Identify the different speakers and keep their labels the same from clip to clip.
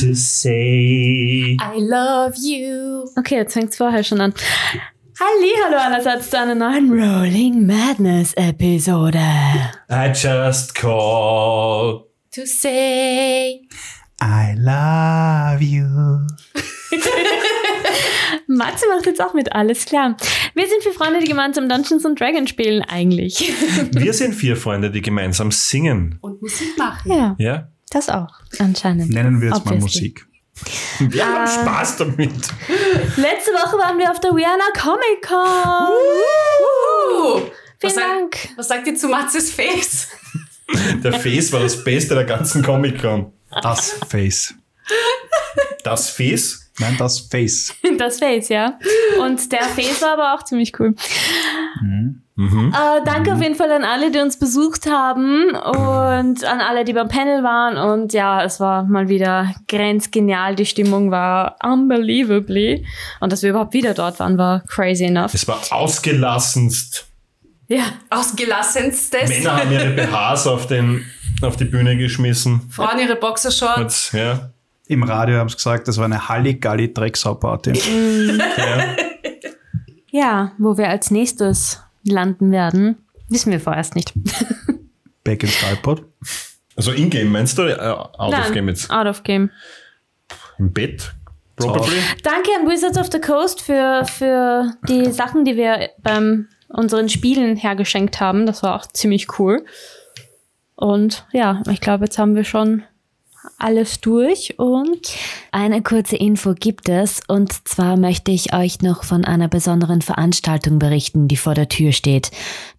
Speaker 1: to say.
Speaker 2: I love you.
Speaker 3: Okay, jetzt fängt's vorher schon an. Hallo allerseits zu einer neuen Rolling Madness Episode.
Speaker 1: I just call.
Speaker 2: To say.
Speaker 1: I love you.
Speaker 3: Matze macht jetzt auch mit, alles klar. Wir sind vier Freunde, die gemeinsam Dungeons and Dragons spielen eigentlich.
Speaker 1: Wir sind vier Freunde, die gemeinsam singen.
Speaker 2: Und Musik machen.
Speaker 3: Ja,
Speaker 1: Ja?
Speaker 3: das auch anscheinend.
Speaker 4: Nennen wir jetzt mal
Speaker 3: Obviously.
Speaker 4: Musik.
Speaker 1: Wir haben Spaß damit.
Speaker 3: Letzte Woche waren wir auf der Rihanna Comic Con.
Speaker 2: Uh,
Speaker 3: Vielen
Speaker 2: was sagt-
Speaker 3: Dank.
Speaker 2: Was sagt ihr zu Matzes Face?
Speaker 1: Der Face war das Beste der ganzen Comic-Con.
Speaker 4: Das Face.
Speaker 1: Das Face?
Speaker 4: Nein, das Face.
Speaker 3: Das Face, ja. Und der Face war aber auch ziemlich cool.
Speaker 1: Mhm.
Speaker 3: Äh, danke auf jeden Fall an alle, die uns besucht haben und an alle, die beim Panel waren. Und ja, es war mal wieder grenzgenial. Die Stimmung war unbelievably. Und dass wir überhaupt wieder dort waren, war crazy enough.
Speaker 1: Es war ausgelassenst.
Speaker 3: Ja,
Speaker 2: Ausgelassenstes.
Speaker 1: Männer haben ihre BHs auf, den, auf die Bühne geschmissen.
Speaker 2: Frauen ihre Boxershorts.
Speaker 1: Hat's, ja.
Speaker 4: Im Radio haben sie gesagt, das war eine Halligalli-Drecksau-Party.
Speaker 3: ja, wo wir als nächstes landen werden, wissen wir vorerst nicht.
Speaker 4: Back in Stahlport.
Speaker 1: Also in-game meinst du? Äh, out of game jetzt.
Speaker 3: Out of game.
Speaker 1: Im Bett? Probably.
Speaker 3: Danke an Wizards of the Coast für, für die Sachen, die wir beim unseren Spielen hergeschenkt haben. Das war auch ziemlich cool. Und ja, ich glaube, jetzt haben wir schon alles durch und
Speaker 5: Eine kurze Info gibt es, und zwar möchte ich euch noch von einer besonderen Veranstaltung berichten, die vor der Tür steht.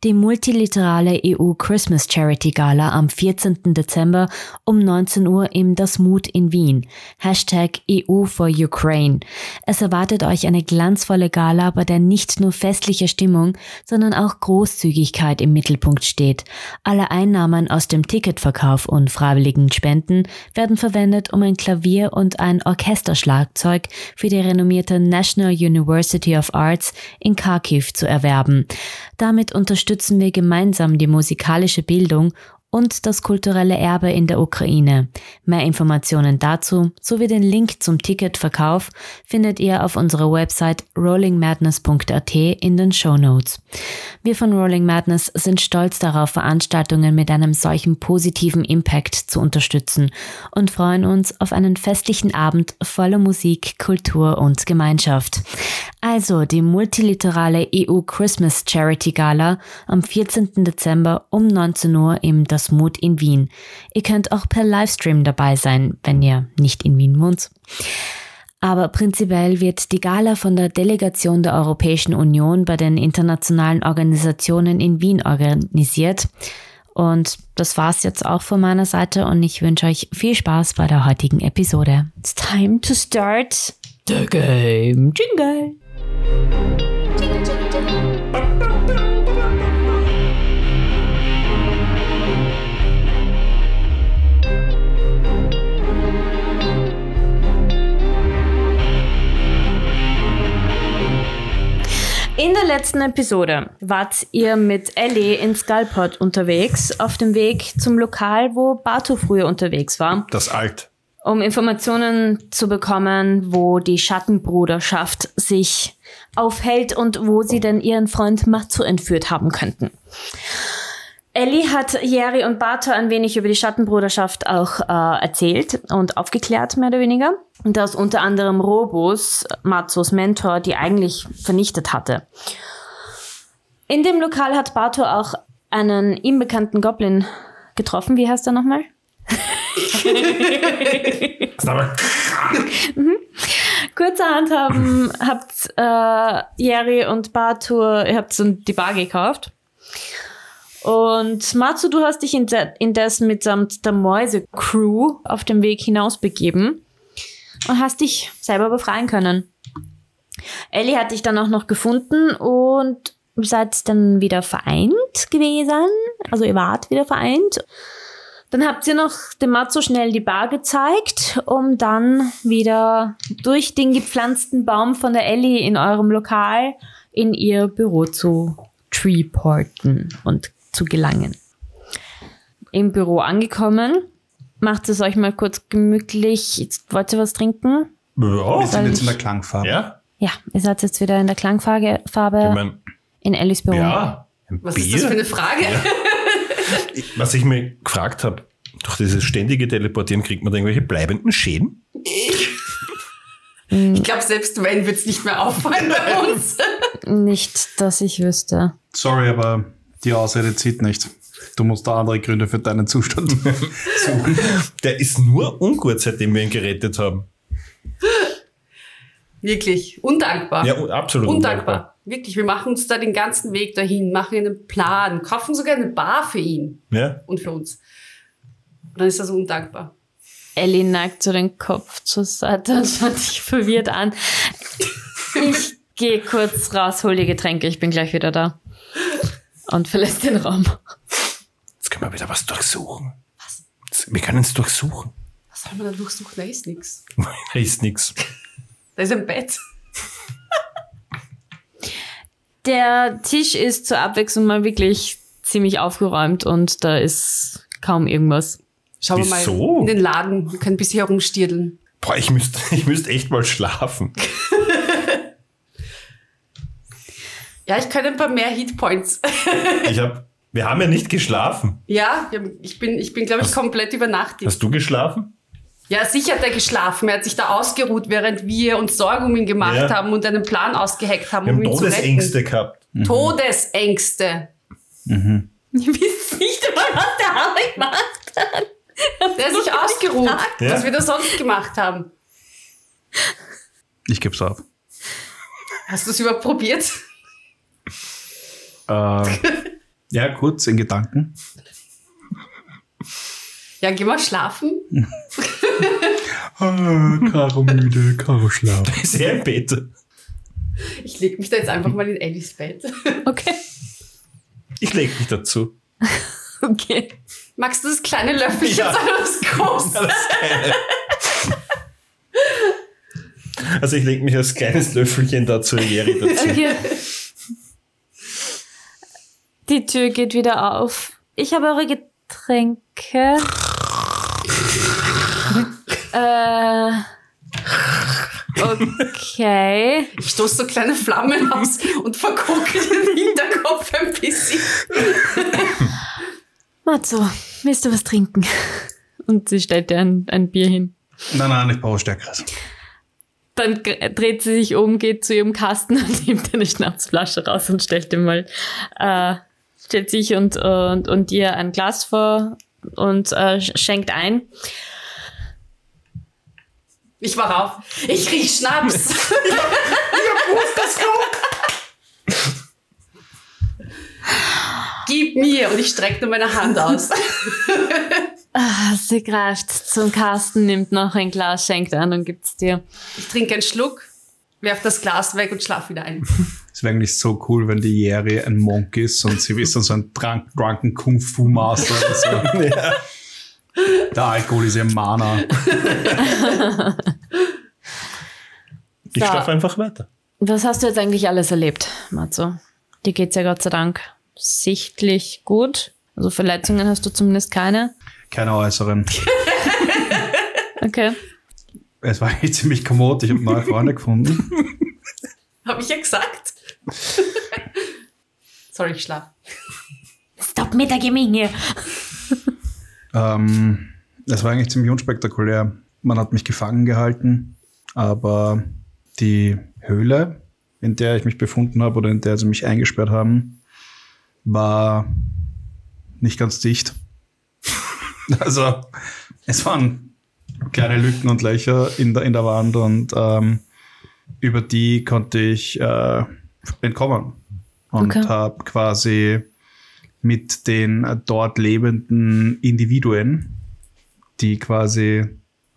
Speaker 5: Die multiliterale EU Christmas Charity Gala am 14. Dezember um 19 Uhr im Das Mut in Wien. Hashtag EU for Ukraine. Es erwartet euch eine glanzvolle Gala, bei der nicht nur festliche Stimmung, sondern auch Großzügigkeit im Mittelpunkt steht. Alle Einnahmen aus dem Ticketverkauf und freiwilligen Spenden werden verwendet, um ein Klavier und ein Orchesterschlagzeug für die renommierte National University of Arts in Kharkiv zu erwerben. Damit unterstützen wir gemeinsam die musikalische Bildung und das kulturelle Erbe in der Ukraine. Mehr Informationen dazu sowie den Link zum Ticketverkauf findet ihr auf unserer Website rollingmadness.at in den Show Notes. Wir von Rolling Madness sind stolz darauf, Veranstaltungen mit einem solchen positiven Impact zu unterstützen und freuen uns auf einen festlichen Abend voller Musik, Kultur und Gemeinschaft. Also die multiliterale EU Christmas Charity Gala am 14. Dezember um 19 Uhr im Das Mut in Wien. Ihr könnt auch per Livestream dabei sein, wenn ihr nicht in Wien wohnt. Aber prinzipiell wird die Gala von der Delegation der Europäischen Union bei den internationalen Organisationen in Wien organisiert. Und das war's jetzt auch von meiner Seite und ich wünsche euch viel Spaß bei der heutigen Episode.
Speaker 3: it's time to start.
Speaker 5: The Game Jingle!
Speaker 3: In der letzten Episode wart ihr mit Ellie in Skullport unterwegs, auf dem Weg zum Lokal, wo Bato früher unterwegs war.
Speaker 1: Das Alt.
Speaker 3: um Informationen zu bekommen, wo die Schattenbruderschaft sich aufhält und wo sie denn ihren Freund Matsu entführt haben könnten. Ellie hat Jerry und Bato ein wenig über die Schattenbruderschaft auch äh, erzählt und aufgeklärt, mehr oder weniger. Und dass unter anderem Robos, Matsus Mentor, die eigentlich vernichtet hatte. In dem Lokal hat Bato auch einen ihm bekannten Goblin getroffen. Wie heißt er nochmal? Kurzerhand Mhm. haben, habt äh, Jerry und Bartur, ihr habt so die Bar gekauft. Und Matsu, du hast dich inte- indessen mitsamt der Mäuse-Crew auf dem Weg hinaus begeben und hast dich selber befreien können. Ellie hat dich dann auch noch gefunden und seid dann wieder vereint gewesen. Also ihr wart wieder vereint dann habt ihr noch dem Matzo schnell die Bar gezeigt, um dann wieder durch den gepflanzten Baum von der Ellie in eurem Lokal in ihr Büro zu treeporten und zu gelangen. Im Büro angekommen, Macht es euch mal kurz gemütlich. Jetzt wollt ihr was trinken?
Speaker 4: Wir
Speaker 1: Ja.
Speaker 4: sind jetzt in der Klangfarbe.
Speaker 1: Ja,
Speaker 3: Ja, ihr seid jetzt wieder in der Klangfarbe
Speaker 1: ich
Speaker 3: Farbe
Speaker 1: mein,
Speaker 3: in Ellis Büro.
Speaker 1: ja. Ein
Speaker 2: Was
Speaker 1: Bier?
Speaker 2: ist das für eine Frage?
Speaker 1: Was ich mir gefragt habe, durch dieses ständige Teleportieren kriegt man da irgendwelche bleibenden Schäden?
Speaker 2: Ich glaube, selbst wenn wird es nicht mehr auffallen bei uns.
Speaker 3: Nicht, dass ich wüsste.
Speaker 4: Sorry, aber die Ausrede zieht nicht. Du musst da andere Gründe für deinen Zustand suchen.
Speaker 1: Der ist nur ungut, seitdem wir ihn gerettet haben.
Speaker 2: Wirklich, undankbar.
Speaker 1: Ja, un- absolut
Speaker 2: Ah. Undankbar. Wirklich, wir machen uns da den ganzen Weg dahin, machen einen Plan, kaufen sogar eine Bar für ihn
Speaker 1: Ja.
Speaker 2: und für uns. Und dann ist er so undankbar.
Speaker 3: Ellie neigt so den Kopf zur Seite und schaut dich verwirrt an. Ich gehe kurz raus, hol die Getränke, ich bin gleich wieder da. Und verlässt den Raum.
Speaker 1: Jetzt können wir wieder was durchsuchen. Was? Wir können es durchsuchen.
Speaker 2: Was soll man da durchsuchen? Da ist nichts.
Speaker 1: da ist nichts.
Speaker 2: Da ist ein Bett.
Speaker 3: Der Tisch ist zur Abwechslung mal wirklich ziemlich aufgeräumt und da ist kaum irgendwas.
Speaker 2: Schauen wir
Speaker 1: Wieso?
Speaker 2: mal in den Laden. Wir können ein bisschen herumstirdeln.
Speaker 1: Boah, ich müsste ich müsst echt mal schlafen.
Speaker 2: Ja, ich könnte ein paar mehr Hitpoints.
Speaker 1: Ich hab, wir haben ja nicht geschlafen.
Speaker 2: ja, wir haben- ich bin, ich bin glaube ich, komplett übernachtet.
Speaker 1: Hast du geschlafen?
Speaker 2: Ja, sicher hat er geschlafen. Er hat sich da ausgeruht, während wir uns Sorgen um ihn gemacht
Speaker 1: Ja.
Speaker 2: haben und einen Plan ausgeheckt haben,
Speaker 1: Wir
Speaker 2: um
Speaker 1: haben
Speaker 2: ihn zu retten.
Speaker 1: Todesängste Mhm. gehabt.
Speaker 2: Todesängste.
Speaker 1: Mhm.
Speaker 3: Ihr wisst nicht mal, was der Arbeit macht.
Speaker 2: Der hat sich ausgeruht,
Speaker 1: Ja.
Speaker 2: was wir da sonst gemacht haben.
Speaker 4: Ich geb's ab.
Speaker 2: Hast du es überhaupt probiert?
Speaker 4: Äh, ja, kurz in Gedanken.
Speaker 2: Ja, geh mal schlafen.
Speaker 1: Hm.
Speaker 4: Ah, Karo müde, Karo schlafen.
Speaker 1: Sehr Peter.
Speaker 2: Ich leg mich da jetzt einfach mal in Ellis Bett.
Speaker 3: Okay.
Speaker 1: Ich leg mich dazu.
Speaker 3: Okay.
Speaker 2: Magst du das kleine Löffelchen
Speaker 1: Ja.
Speaker 2: sein oder das große?
Speaker 1: Das Kleine. Also ich leg mich als kleines Löffelchen dazu, Jerry dazu.
Speaker 3: Okay. Die Tür geht wieder auf. Ich habe eure Getränke. äh. Okay.
Speaker 2: Ich stoß so kleine Flammen aus und vergucke den Hinterkopf ein bisschen.
Speaker 3: Matzo, willst du was trinken? Und sie stellt dir ein, ein Bier hin.
Speaker 4: Nein, nein, ich brauche Stärkeres.
Speaker 3: Dann g- dreht sie sich um, geht zu ihrem Kasten und nimmt eine Schnapsflasche raus und stellt ihm mal, äh, stellt sich und, und, und ihr ein Glas vor und äh, sch- schenkt ein.
Speaker 2: Ich war rauf. Ich riech Schnaps. Gib mir und ich strecke nur meine Hand aus.
Speaker 3: Sie greift zum Kasten, nimmt noch ein Glas, schenkt an und gibt's dir.
Speaker 2: Ich trinke einen Schluck, werf das Glas weg und schlaf wieder ein.
Speaker 4: Es wäre eigentlich so cool, wenn die Jerry ein Monk ist und sie ist dann so ein drunk, drunken Kung Fu Master oder so. Der Alkohol ist ihr Mana.
Speaker 1: Ich
Speaker 3: So.
Speaker 1: schlafe einfach weiter.
Speaker 3: Was hast du jetzt eigentlich alles erlebt, Matzo? Dir geht's ja Gott sei Dank sichtlich gut. Also Verletzungen hast du zumindest keine.
Speaker 4: Keine äußeren.
Speaker 3: Okay.
Speaker 4: Es war eigentlich ziemlich kommod. Ich habe neue Freunde gefunden.
Speaker 2: Habe ich ja gesagt. Sorry, ich schlaf.
Speaker 5: Stop metagaming hier.
Speaker 4: Ähm, es war eigentlich ziemlich unspektakulär. Man hat mich gefangen gehalten, aber die Höhle, in der ich mich befunden habe oder in der sie mich eingesperrt haben, war nicht ganz dicht. Also, es waren kleine Lücken und Löcher in der, in der Wand und ähm, über die konnte ich äh, entkommen und
Speaker 3: Okay.
Speaker 4: habe quasi mit den äh, dort lebenden Individuen, die quasi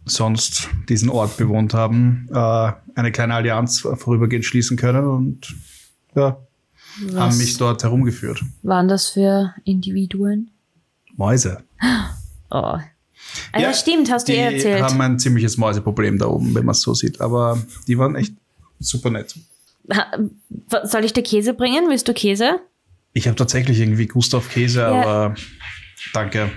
Speaker 4: sonst diesen Ort bewohnt haben, äh, eine kleine Allianz vorübergehend schließen können und ja, haben mich dort herumgeführt.
Speaker 3: waren das für Individuen?
Speaker 4: Mäuse.
Speaker 3: Oh. Ah, ja,
Speaker 4: Ja,
Speaker 3: stimmt, hast du
Speaker 4: Die
Speaker 3: ihr erzählt.
Speaker 4: haben ein ziemliches Mäuseproblem da oben, wenn man es so sieht. Aber die waren echt super nett.
Speaker 3: Ha- wa- Soll ich dir Käse bringen? Willst du Käse?
Speaker 4: Ich habe tatsächlich irgendwie Gustav Käse, aber danke.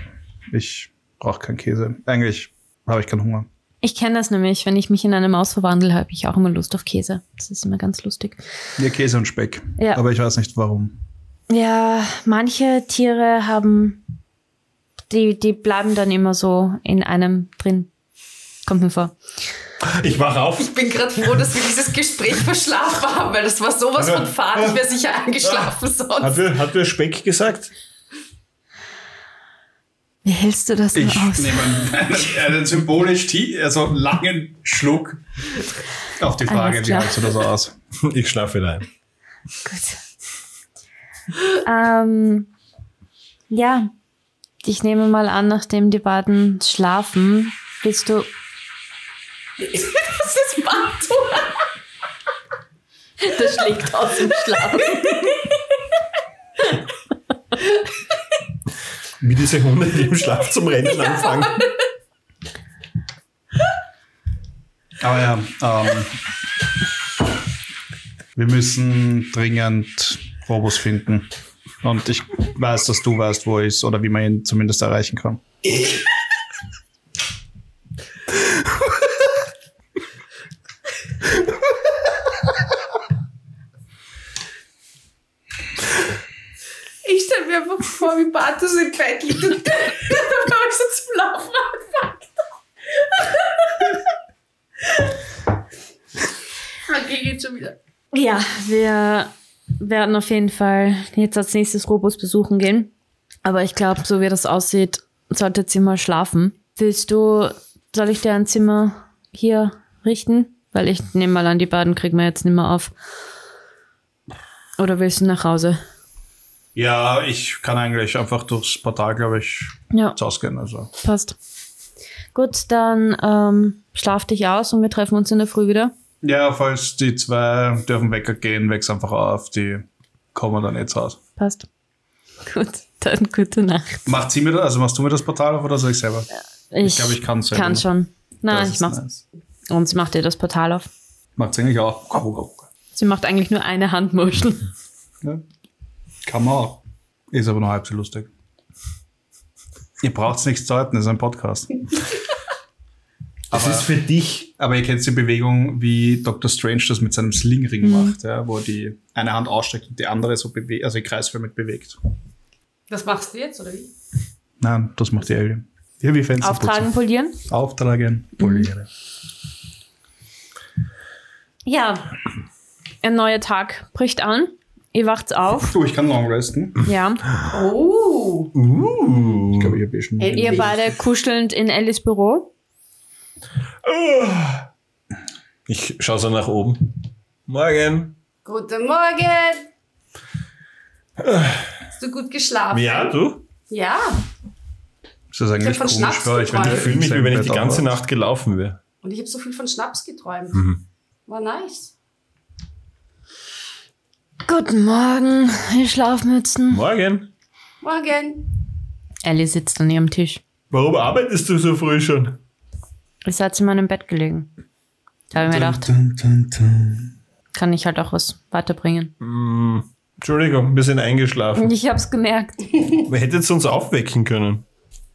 Speaker 4: Ich brauche keinen Käse. Eigentlich habe ich keinen Hunger.
Speaker 3: Ich kenne das nämlich, wenn ich mich in eine Maus verwandle, habe ich auch immer Lust auf Käse. Das ist immer ganz lustig.
Speaker 4: Ja, Käse und Speck.
Speaker 3: Ja.
Speaker 4: Aber ich weiß nicht warum.
Speaker 3: Ja, manche Tiere haben, die, die bleiben dann immer so in einem drin. Kommt mir vor.
Speaker 1: Ich wache auf.
Speaker 2: Ich bin gerade froh, dass wir dieses Gespräch verschlafen haben, weil das war sowas von fad. Ich wäre sicher eingeschlafen
Speaker 1: Hat
Speaker 2: sonst.
Speaker 4: Also
Speaker 1: wir, hat wir Speck gesagt?
Speaker 3: Wie hältst du das denn
Speaker 6: Ich
Speaker 3: aus?
Speaker 6: nehme einen, einen symbolisch tie- also langen Schluck auf die Frage,
Speaker 3: Alles
Speaker 6: wie
Speaker 3: klar.
Speaker 6: hältst du das aus?
Speaker 1: Ich schlafe wieder ein.
Speaker 3: Gut. ähm, ja, ich nehme mal an, nachdem die beiden schlafen, willst du.
Speaker 2: Das ist Bantu.
Speaker 3: Das schlägt aus dem Schlaf.
Speaker 1: Wie diese Hunde, die im Schlaf zum Rennen anfangen.
Speaker 4: Aber ja, ähm, wir müssen dringend Robos finden. Und ich weiß, dass du weißt, wo er ist oder wie man ihn zumindest erreichen kann.
Speaker 2: Ich stelle mir einfach vor, wie Bantu so im Bett liegt und dann war ich so zum Laufen anfängt. Okay, geht schon wieder.
Speaker 3: Ja, wir werden auf jeden Fall jetzt als nächstes Robos besuchen gehen. Aber ich glaube, so wie das aussieht, solltet sie mal schlafen. Willst du, soll ich dir ein Zimmer hier richten? Weil ich nehme mal an, die beiden kriegen wir jetzt nicht mehr auf. Oder willst du nach Hause?
Speaker 4: Ja, ich kann eigentlich einfach durchs Portal, glaube ich,
Speaker 3: Ja,
Speaker 4: ins Haus gehen. Also.
Speaker 3: passt. Gut, dann ähm, schlaf dich aus und wir treffen uns in der Früh wieder.
Speaker 4: Ja, falls die zwei dürfen weggehen, wächst einfach auf. Die kommen dann jetzt raus.
Speaker 3: Passt. Gut, dann gute Nacht.
Speaker 4: Macht sie mir das, also machst du mir das Portal auf oder soll ich selber?
Speaker 3: Ich,
Speaker 4: glaube, ich kann's selber.
Speaker 3: Kann schon. Nein,
Speaker 4: Das
Speaker 3: ich
Speaker 4: ist
Speaker 3: mach's.
Speaker 4: Nice.
Speaker 3: Und sie macht dir das Portal auf.
Speaker 4: Macht's eigentlich auch. Go, go, go.
Speaker 3: Sie macht eigentlich nur eine Handmotion.
Speaker 4: Ja. Ne? Kann man auch. Ist aber nur halb so lustig. Ihr braucht's nichts deuten, das ist ein Podcast.
Speaker 1: Das ist für dich.
Speaker 4: Aber ihr kennt die Bewegung, wie Dr. Strange das mit seinem Slingring
Speaker 1: Mhm.
Speaker 4: macht, ja, wo die eine Hand ausstreckt und die andere so bewegt, also kreisförmig bewegt.
Speaker 2: Das machst du jetzt, oder wie?
Speaker 4: Nein, das macht die Alien. Ja, wie Fenster
Speaker 3: Auftragen, polieren.
Speaker 4: putzen. Auftragen.
Speaker 1: Mhm.
Speaker 4: Poliere.
Speaker 3: Ja. Ein neuer Tag bricht an. Ihr wacht auf.
Speaker 4: Du, Oh, ich kann long resten.
Speaker 3: Ja.
Speaker 2: Oh.
Speaker 1: Mhm.
Speaker 4: Ich glaube, ich habe eh schon mal.
Speaker 3: Ihr beide kuschelnd in Ellis Büro.
Speaker 1: Ich schaue so nach oben. Morgen.
Speaker 2: Guten Morgen.
Speaker 4: Äh.
Speaker 2: Hast du gut geschlafen?
Speaker 1: Ja, du?
Speaker 2: Ja.
Speaker 4: Ist das
Speaker 2: Ich hab
Speaker 4: eigentlich
Speaker 2: von
Speaker 4: komisch
Speaker 2: Schnaps
Speaker 4: für euch, wenn
Speaker 2: geträumt.
Speaker 1: Ich fühle mich, wie wenn ich die ganze
Speaker 4: Nacht
Speaker 1: Nacht gelaufen wäre.
Speaker 2: Und ich habe so viel von Schnaps geträumt.
Speaker 1: Mhm.
Speaker 2: War nice.
Speaker 3: Guten Morgen, ihr Schlafmützen.
Speaker 1: Morgen.
Speaker 2: Morgen.
Speaker 3: Ellie sitzt an ihrem Tisch.
Speaker 1: Warum arbeitest du so früh schon?
Speaker 3: Ich saß in meinem Bett gelegen. Da habe ich mir gedacht, kann ich halt auch was weiterbringen.
Speaker 1: Entschuldigung, wir sind eingeschlafen.
Speaker 3: Ich hab's gemerkt.
Speaker 1: Wir hättet uns aufwecken können.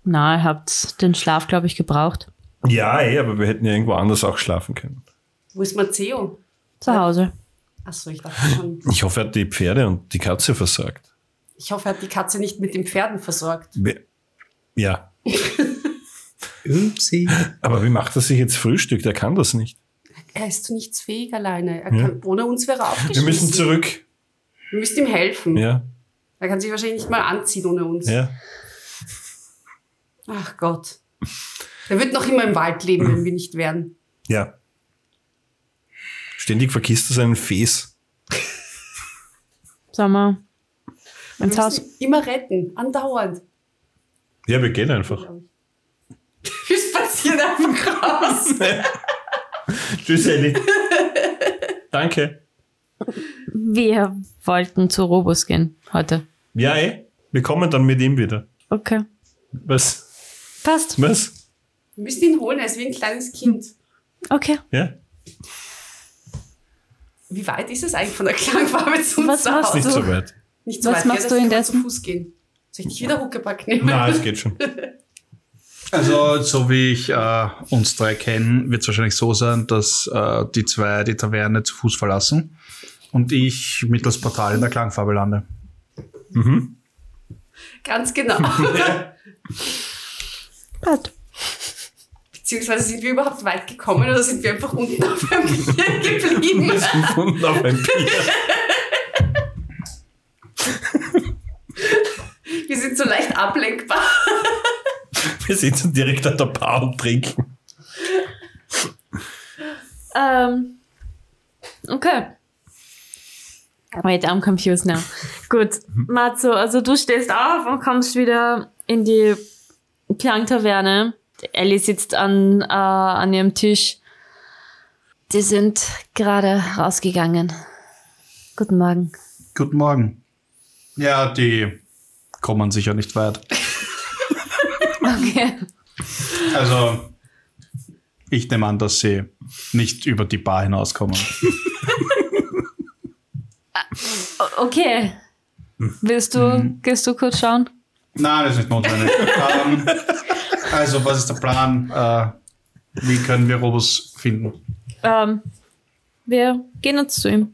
Speaker 3: Na, ihr habt den Schlaf, glaube ich, gebraucht.
Speaker 1: Ja, eh, aber wir hätten ja irgendwo anders auch schlafen können.
Speaker 2: Wo ist Matteo?
Speaker 3: Zu Hause.
Speaker 2: Achso, ich dachte schon.
Speaker 1: Ich hoffe, er hat die Pferde und die Katze versorgt.
Speaker 2: Ich hoffe, er hat die Katze nicht mit den Pferden versorgt.
Speaker 1: Wir- Ja,
Speaker 4: Upsi.
Speaker 1: aber wie macht er sich jetzt Frühstück? Der kann das nicht.
Speaker 2: Er ist zu nichts fähig alleine. Er
Speaker 1: Ja.
Speaker 2: kann, ohne uns wäre er
Speaker 1: Wir
Speaker 2: aufgeschmissen.
Speaker 1: müssen zurück.
Speaker 2: Wir müssen ihm helfen.
Speaker 1: Ja,
Speaker 2: Er kann sich wahrscheinlich nicht mal anziehen ohne uns.
Speaker 1: ja.
Speaker 2: Ach Gott. Er wird noch immer im Wald leben, wenn wir nicht werden.
Speaker 1: Ja. Ständig vergisst er seinen Fes.
Speaker 3: Sollen wir
Speaker 2: Wir
Speaker 3: ins Haus?
Speaker 2: müssen ihn immer retten, andauernd.
Speaker 1: Ja, wir gehen einfach.
Speaker 2: Wir spazieren einfach raus.
Speaker 1: Tschüss, Elli. Danke.
Speaker 3: Wir wollten zu Robus gehen heute.
Speaker 1: Ja, ey. Wir kommen dann mit ihm wieder.
Speaker 3: Okay.
Speaker 1: Was?
Speaker 3: Passt.
Speaker 1: Was?
Speaker 2: Wir müssen ihn holen, er ist wie ein kleines Kind.
Speaker 3: Okay.
Speaker 1: Ja?
Speaker 2: Wie weit ist es eigentlich von der Klangfarbe zu uns
Speaker 3: Was
Speaker 2: zu
Speaker 1: Ist
Speaker 3: machst
Speaker 1: nicht
Speaker 2: Hause?
Speaker 3: du?
Speaker 1: so weit.
Speaker 2: Nicht so
Speaker 3: Was
Speaker 2: weit, gell?
Speaker 3: machst
Speaker 2: Das
Speaker 3: du
Speaker 2: kann man
Speaker 3: indessen?
Speaker 2: Zu Fuß gehen. Soll ich dich wieder Huckepack nehmen?
Speaker 1: Na, es geht schon.
Speaker 4: Also, so wie ich äh, uns drei kennen, wird es wahrscheinlich so sein, dass äh, die zwei die Taverne zu Fuß verlassen und ich mittels Portal in der Klangfarbe lande.
Speaker 2: Ganz genau.
Speaker 3: Bad.
Speaker 2: Beziehungsweise sind wir überhaupt weit gekommen oder sind wir einfach unten auf einem Bier geblieben?
Speaker 1: Gefunden auf ein Bier.
Speaker 2: Wir sind so leicht ablenkbar.
Speaker 1: Wir sitzen direkt an der Bar und trinken.
Speaker 3: Ähm, okay. Wait, I'm confused now. Gut,
Speaker 4: Mhm.
Speaker 3: Matzo, also du stehst auf und kommst wieder in die Klangtaverne. Ellie sitzt an, äh, an ihrem Tisch. Die sind gerade rausgegangen. Guten Morgen.
Speaker 4: Guten Morgen. Ja, die kommen sicher nicht weit.
Speaker 3: Okay.
Speaker 4: Also, ich nehme an, dass sie nicht über die Bar hinauskommen.
Speaker 3: O- Okay.
Speaker 4: Hm.
Speaker 3: Willst du, gehst du kurz schauen?
Speaker 4: Nein, das ist nicht notwendig. ähm, also, was ist der Plan? Äh, wie können wir Robus finden?
Speaker 3: Ähm, wir gehen jetzt zu ihm.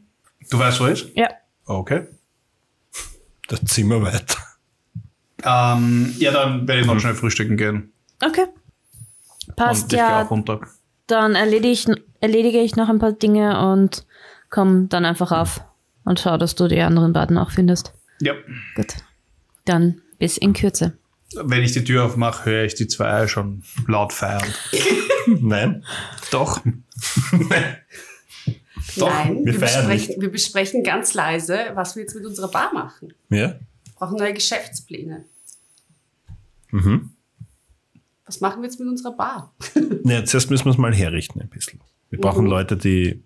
Speaker 4: Du weißt, wo er ist?
Speaker 3: Ja.
Speaker 4: Okay.
Speaker 1: Das Zimmer weiter.
Speaker 4: Ähm, ja, dann werde ich
Speaker 1: Hm.
Speaker 4: noch schnell frühstücken gehen.
Speaker 3: Okay.
Speaker 4: und
Speaker 3: Passt
Speaker 4: ich gehe
Speaker 3: ja.
Speaker 4: auch runter.
Speaker 3: Dann erledige ich, erledige ich noch ein paar Dinge und komm dann einfach auf und schau, dass du die anderen Baden auch findest.
Speaker 4: Ja.
Speaker 3: Gut. Dann bis in Kürze.
Speaker 4: Wenn ich die Tür aufmache, höre ich die zwei schon laut feiern.
Speaker 1: Nein.
Speaker 4: Doch.
Speaker 6: Doch,
Speaker 2: Nein,
Speaker 1: wir
Speaker 2: wir
Speaker 1: feiern
Speaker 2: besprechen, wir besprechen ganz leise, was wir jetzt mit unserer Bar machen.
Speaker 1: Ja?
Speaker 2: Wir brauchen neue Geschäftspläne.
Speaker 1: Mhm.
Speaker 2: Was machen wir jetzt mit unserer Bar?
Speaker 1: Naja, zuerst müssen wir es mal herrichten ein bisschen. Wir brauchen
Speaker 2: Mhm.
Speaker 1: Leute, die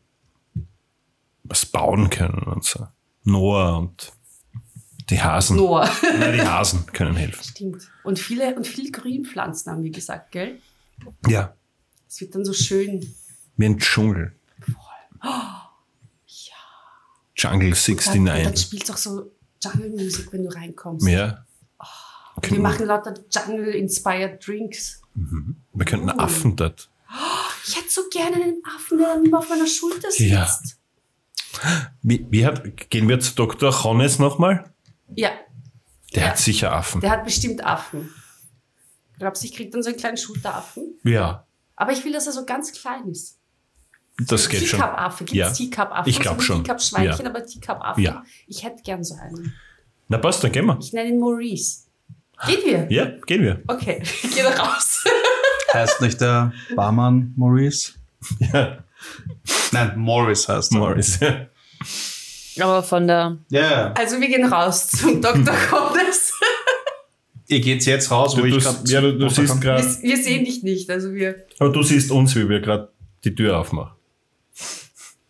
Speaker 1: was bauen können und so. Noah und die Hasen.
Speaker 2: Nur.
Speaker 1: Nein, die Hasen können helfen.
Speaker 2: Stimmt. Und viele, und viele Grünpflanzen haben wir gesagt, gell?
Speaker 1: Ja.
Speaker 2: Es wird dann so schön.
Speaker 1: Wie ein Dschungel. Jungle
Speaker 2: Dann, dann
Speaker 1: 69.
Speaker 2: spielt auch so Jungle Music, wenn du reinkommst.
Speaker 1: Ja. genau.
Speaker 2: Und wir machen lauter Jungle-inspired Drinks.
Speaker 1: wir könnten Affen dort.
Speaker 2: Ich hätte so gerne einen Affen, der dann immer auf meiner Schulter sitzt.
Speaker 1: Ja. Wie, wie hat, gehen wir zu Dr. Honnes nochmal?
Speaker 2: ja,
Speaker 1: Der
Speaker 2: Ja.
Speaker 1: hat sicher Affen.
Speaker 2: der hat bestimmt Affen. Glaubst du, ich krieg dann so einen kleinen Schulteraffen?
Speaker 1: ja,
Speaker 2: Aber ich will, dass er so ganz klein ist.
Speaker 1: das geht schon.
Speaker 2: Teacup-Affe. Gibt
Speaker 1: Ja.
Speaker 2: es Teacup-Affe?
Speaker 1: Ich glaub schon.
Speaker 2: Teacup-Schweinchen,
Speaker 1: Ja.
Speaker 2: aber Teacup-Affe.
Speaker 1: Ja.
Speaker 2: Ich hätte gern so einen.
Speaker 1: Na passt, dann gehen wir.
Speaker 2: Ich nenne ihn Maurice. Gehen wir?
Speaker 1: Ja, gehen wir.
Speaker 2: Okay, geh da raus.
Speaker 4: Heißt nicht der Barmann Maurice?
Speaker 1: Ja,
Speaker 4: Nein, Morris heißt er.
Speaker 1: Morris. Ja.
Speaker 3: Aber von der.
Speaker 4: Ja,
Speaker 2: Also wir gehen raus zum Dr. Condes.
Speaker 4: ihr geht jetzt raus, wo
Speaker 1: Du,
Speaker 4: ich
Speaker 1: du,
Speaker 4: gerade.
Speaker 1: ja, du, du siehst gerade,
Speaker 2: Wir, wir sehen dich nicht. Also wir.
Speaker 1: aber du siehst uns, wie wir gerade die Tür aufmachen.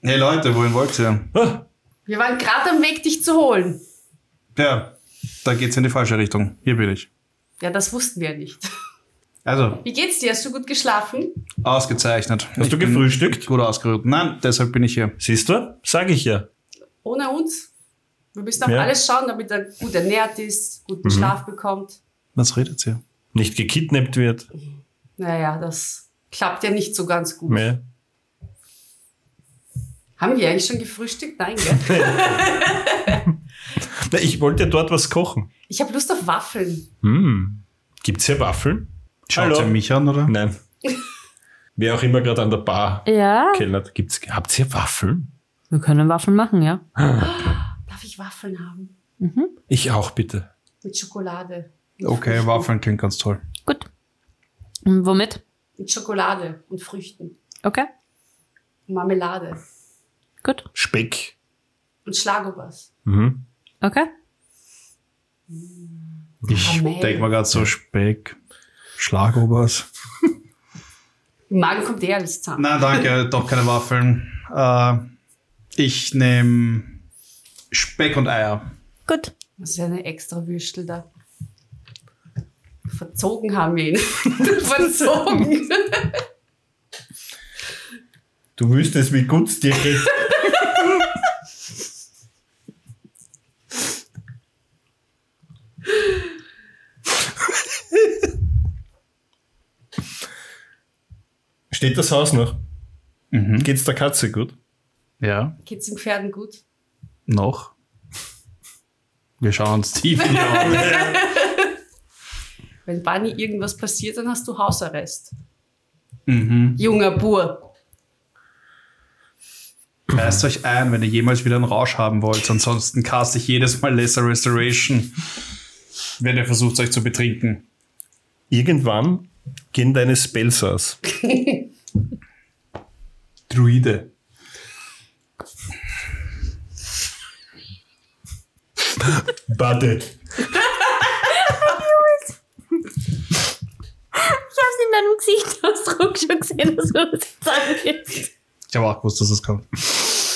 Speaker 4: Hey Leute, wohin wollt ihr?
Speaker 1: Ah,
Speaker 2: Wir waren gerade am Weg, dich zu holen.
Speaker 4: Ja, da geht's in die falsche Richtung. Hier bin ich.
Speaker 2: Ja, das wussten wir ja nicht.
Speaker 4: Also,
Speaker 2: Wie geht's dir? Hast du gut geschlafen?
Speaker 4: ausgezeichnet.
Speaker 1: hast
Speaker 4: ich
Speaker 1: du
Speaker 4: bin
Speaker 1: gefrühstückt?
Speaker 4: Gut ausgeruht. Nein, deshalb bin ich hier.
Speaker 1: Siehst du? Sag ich ja.
Speaker 2: Ohne uns? Wir müssen auf
Speaker 1: Ja.
Speaker 2: alles schauen, damit er gut ernährt ist, guten Schlaf bekommt.
Speaker 4: Was redet ihr?
Speaker 1: Nicht gekidnappt wird.
Speaker 2: Naja, das klappt ja nicht so ganz gut.
Speaker 1: Mehr.
Speaker 2: Haben wir eigentlich schon gefrühstückt? Nein, gell?
Speaker 1: Na, ich wollte dort was kochen.
Speaker 2: Ich habe Lust auf Waffeln.
Speaker 1: Hm. Gibt's hier Waffeln?
Speaker 4: Schaut
Speaker 1: Hallo.
Speaker 4: ihr mich an, oder?
Speaker 1: Nein. Wer auch immer gerade an der Bar
Speaker 3: Ja.
Speaker 1: kellnert, gibt's, habt ihr Waffeln?
Speaker 3: Wir können Waffen machen, ja.
Speaker 2: Darf ich Waffeln haben?
Speaker 1: Ich auch, bitte.
Speaker 2: Mit Schokolade.
Speaker 4: Okay, Waffeln klingt ganz toll.
Speaker 3: Gut. Und womit?
Speaker 2: Mit Schokolade und Früchten.
Speaker 3: Okay.
Speaker 2: Und Marmelade.
Speaker 3: Gut.
Speaker 1: Speck.
Speaker 2: Und Schlagobers.
Speaker 1: Mhm.
Speaker 3: Okay.
Speaker 4: Ich
Speaker 2: Kamel.
Speaker 4: denke mal gerade so Speck, Schlagobers.
Speaker 2: Im Magen kommt eher alles zusammen.
Speaker 4: Nein, danke, doch keine Waffeln. Äh, ich nehme Speck und Eier.
Speaker 3: Gut.
Speaker 2: Das ist ja eine extra Würstel da. Verzogen haben wir ihn. Verzogen.
Speaker 1: Du wüsstest, wie gut's dir geht. Steht das Haus noch? Geht's der Katze gut?
Speaker 4: Ja,
Speaker 2: Geht's den Pferden gut?
Speaker 4: noch. Wir schauen uns tief in die Augen.
Speaker 2: Wenn Bunny irgendwas passiert, dann hast du Hausarrest. Junger Bur.
Speaker 4: Reißt euch ein, wenn ihr jemals wieder einen Rausch haben wollt. Ansonsten cast ich jedes Mal Lesser Restoration, wenn ihr versucht, euch zu betrinken.
Speaker 1: Irgendwann gehen deine Spells aus.
Speaker 4: Druide.
Speaker 1: Bade.
Speaker 3: Ich hab's in deinem Gesichtsausdruck schon gesehen, dass du das jetzt sagen willst.
Speaker 4: Ich habe auch gewusst, dass es kommt.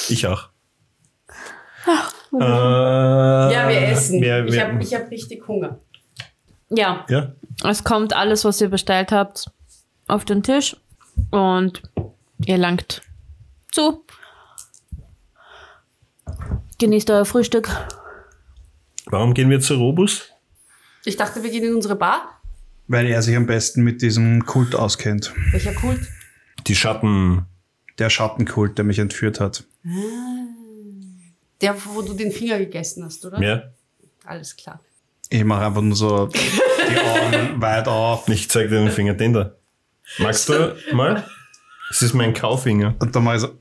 Speaker 1: Ich auch. Äh,
Speaker 2: Ah. Ja, wir essen.
Speaker 1: wer-
Speaker 2: ich
Speaker 1: wer-
Speaker 2: habe ich hab richtig Hunger.
Speaker 3: Ja,
Speaker 1: ja,
Speaker 3: es kommt alles, was ihr bestellt habt, auf den Tisch und ihr langt zu. Genießt euer Frühstück.
Speaker 1: warum gehen wir zu Robus?
Speaker 2: Ich dachte, wir gehen in unsere Bar.
Speaker 4: Weil er sich am besten mit diesem Kult auskennt.
Speaker 2: Welcher Kult?
Speaker 1: Die Schatten.
Speaker 4: Der Schattenkult, der mich entführt hat.
Speaker 2: Der, wo du den Finger gegessen hast, oder?
Speaker 1: Ja,
Speaker 2: Alles klar.
Speaker 4: Ich mache einfach nur so die Augen weit auf.
Speaker 1: ich zeig dir den Finger, den da. Magst du mal? Es ist mein Kaufinger.
Speaker 4: Und dann mache ich so.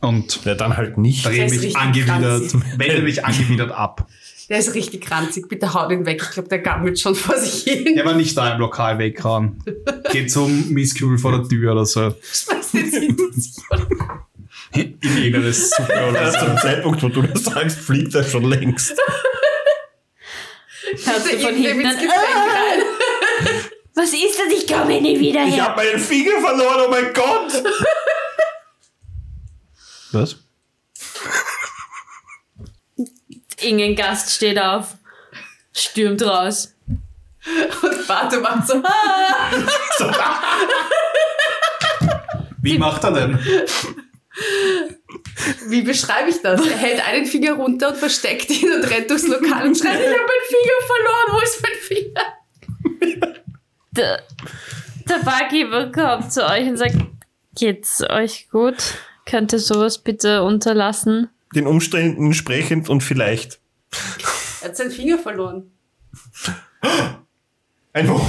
Speaker 4: Und
Speaker 1: Ja, dann halt nicht.
Speaker 4: drehe
Speaker 2: ist
Speaker 4: mich
Speaker 2: richtig
Speaker 4: angewidert,
Speaker 2: ranzig.
Speaker 4: wende mich angewidert ab.
Speaker 2: Der ist richtig ranzig. Bitte hau den weg. Ich glaube, der gammelt schon vor sich hin.
Speaker 4: Der war nicht da im Lokal weggehauen. Geht zum Misskübel vor der Tür oder so.
Speaker 2: Schmeißt den hinter sich.
Speaker 4: In irgendeine Suppe oder
Speaker 1: Erst
Speaker 4: so.
Speaker 1: zum Zeitpunkt, wo du das sagst, fliegt er schon längst.
Speaker 3: Hörst du von hinten
Speaker 2: ins
Speaker 3: an,
Speaker 2: Gefängnis rein.
Speaker 3: was ist das? Ich komme nie wieder
Speaker 1: Ich
Speaker 3: her.
Speaker 1: habe meinen Finger verloren, oh mein Gott!
Speaker 4: Was?
Speaker 3: Ingen Gast steht auf, stürmt raus.
Speaker 2: Und Barte macht so. "Ah."
Speaker 4: Wie macht er denn?
Speaker 2: Wie beschreibe ich das? Er hält einen Finger runter und versteckt ihn und rennt durchs Lokal und schreit: Ich habe meinen Finger verloren. Wo ist mein Finger?
Speaker 3: Der, der Barkeeper kommt zu euch und sagt, geht's euch gut? Könnt ihr sowas bitte unterlassen?
Speaker 1: Den Umständen entsprechend und vielleicht.
Speaker 2: Er hat seinen Finger verloren.
Speaker 1: Ein Hoch.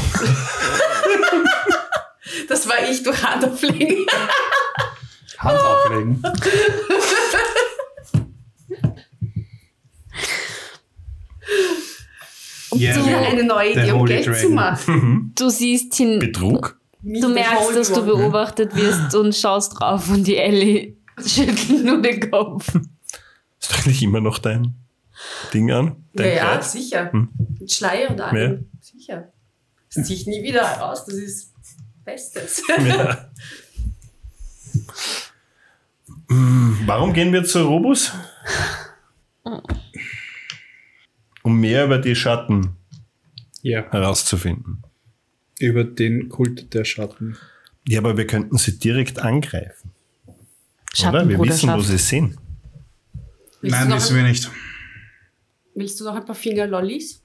Speaker 2: Das war ich durch Handauflegen.
Speaker 4: Hand
Speaker 2: Ah.
Speaker 4: auflegen. Yeah,
Speaker 2: Ich habe eine neue
Speaker 4: Der
Speaker 2: Idee, um
Speaker 4: Holy
Speaker 2: Geld
Speaker 4: Dragon. Hm.
Speaker 2: zu machen.
Speaker 3: Du siehst hin,
Speaker 1: Betrug?
Speaker 3: du merkst, dass du
Speaker 2: beobachtest.
Speaker 3: beobachtet wirst und schaust drauf und die Ellie schüttelt nur den Kopf.
Speaker 1: Ist doch nicht immer noch dein Ding an?
Speaker 2: Ja,
Speaker 1: Dein
Speaker 2: ja,
Speaker 1: Kleid?
Speaker 2: sicher.
Speaker 1: Hm.
Speaker 2: Mit Schleier und allem. Sicher. Das ziehe ich nie wieder aus. Das ist Bestes.
Speaker 1: Ja. Hm, Warum gehen wir zu Robus? Um mehr über die Schatten
Speaker 4: Ja.
Speaker 1: herauszufinden.
Speaker 4: Über den Kult der Schatten.
Speaker 1: Ja, aber wir könnten sie direkt angreifen, oder? Wir wissen, wo
Speaker 3: Schattenbruderschaft.
Speaker 1: sie sind.
Speaker 2: Willst,
Speaker 4: Nein,
Speaker 2: du noch
Speaker 4: wissen wir
Speaker 2: ein,
Speaker 4: nicht.
Speaker 2: willst du noch ein paar Fingerlollis?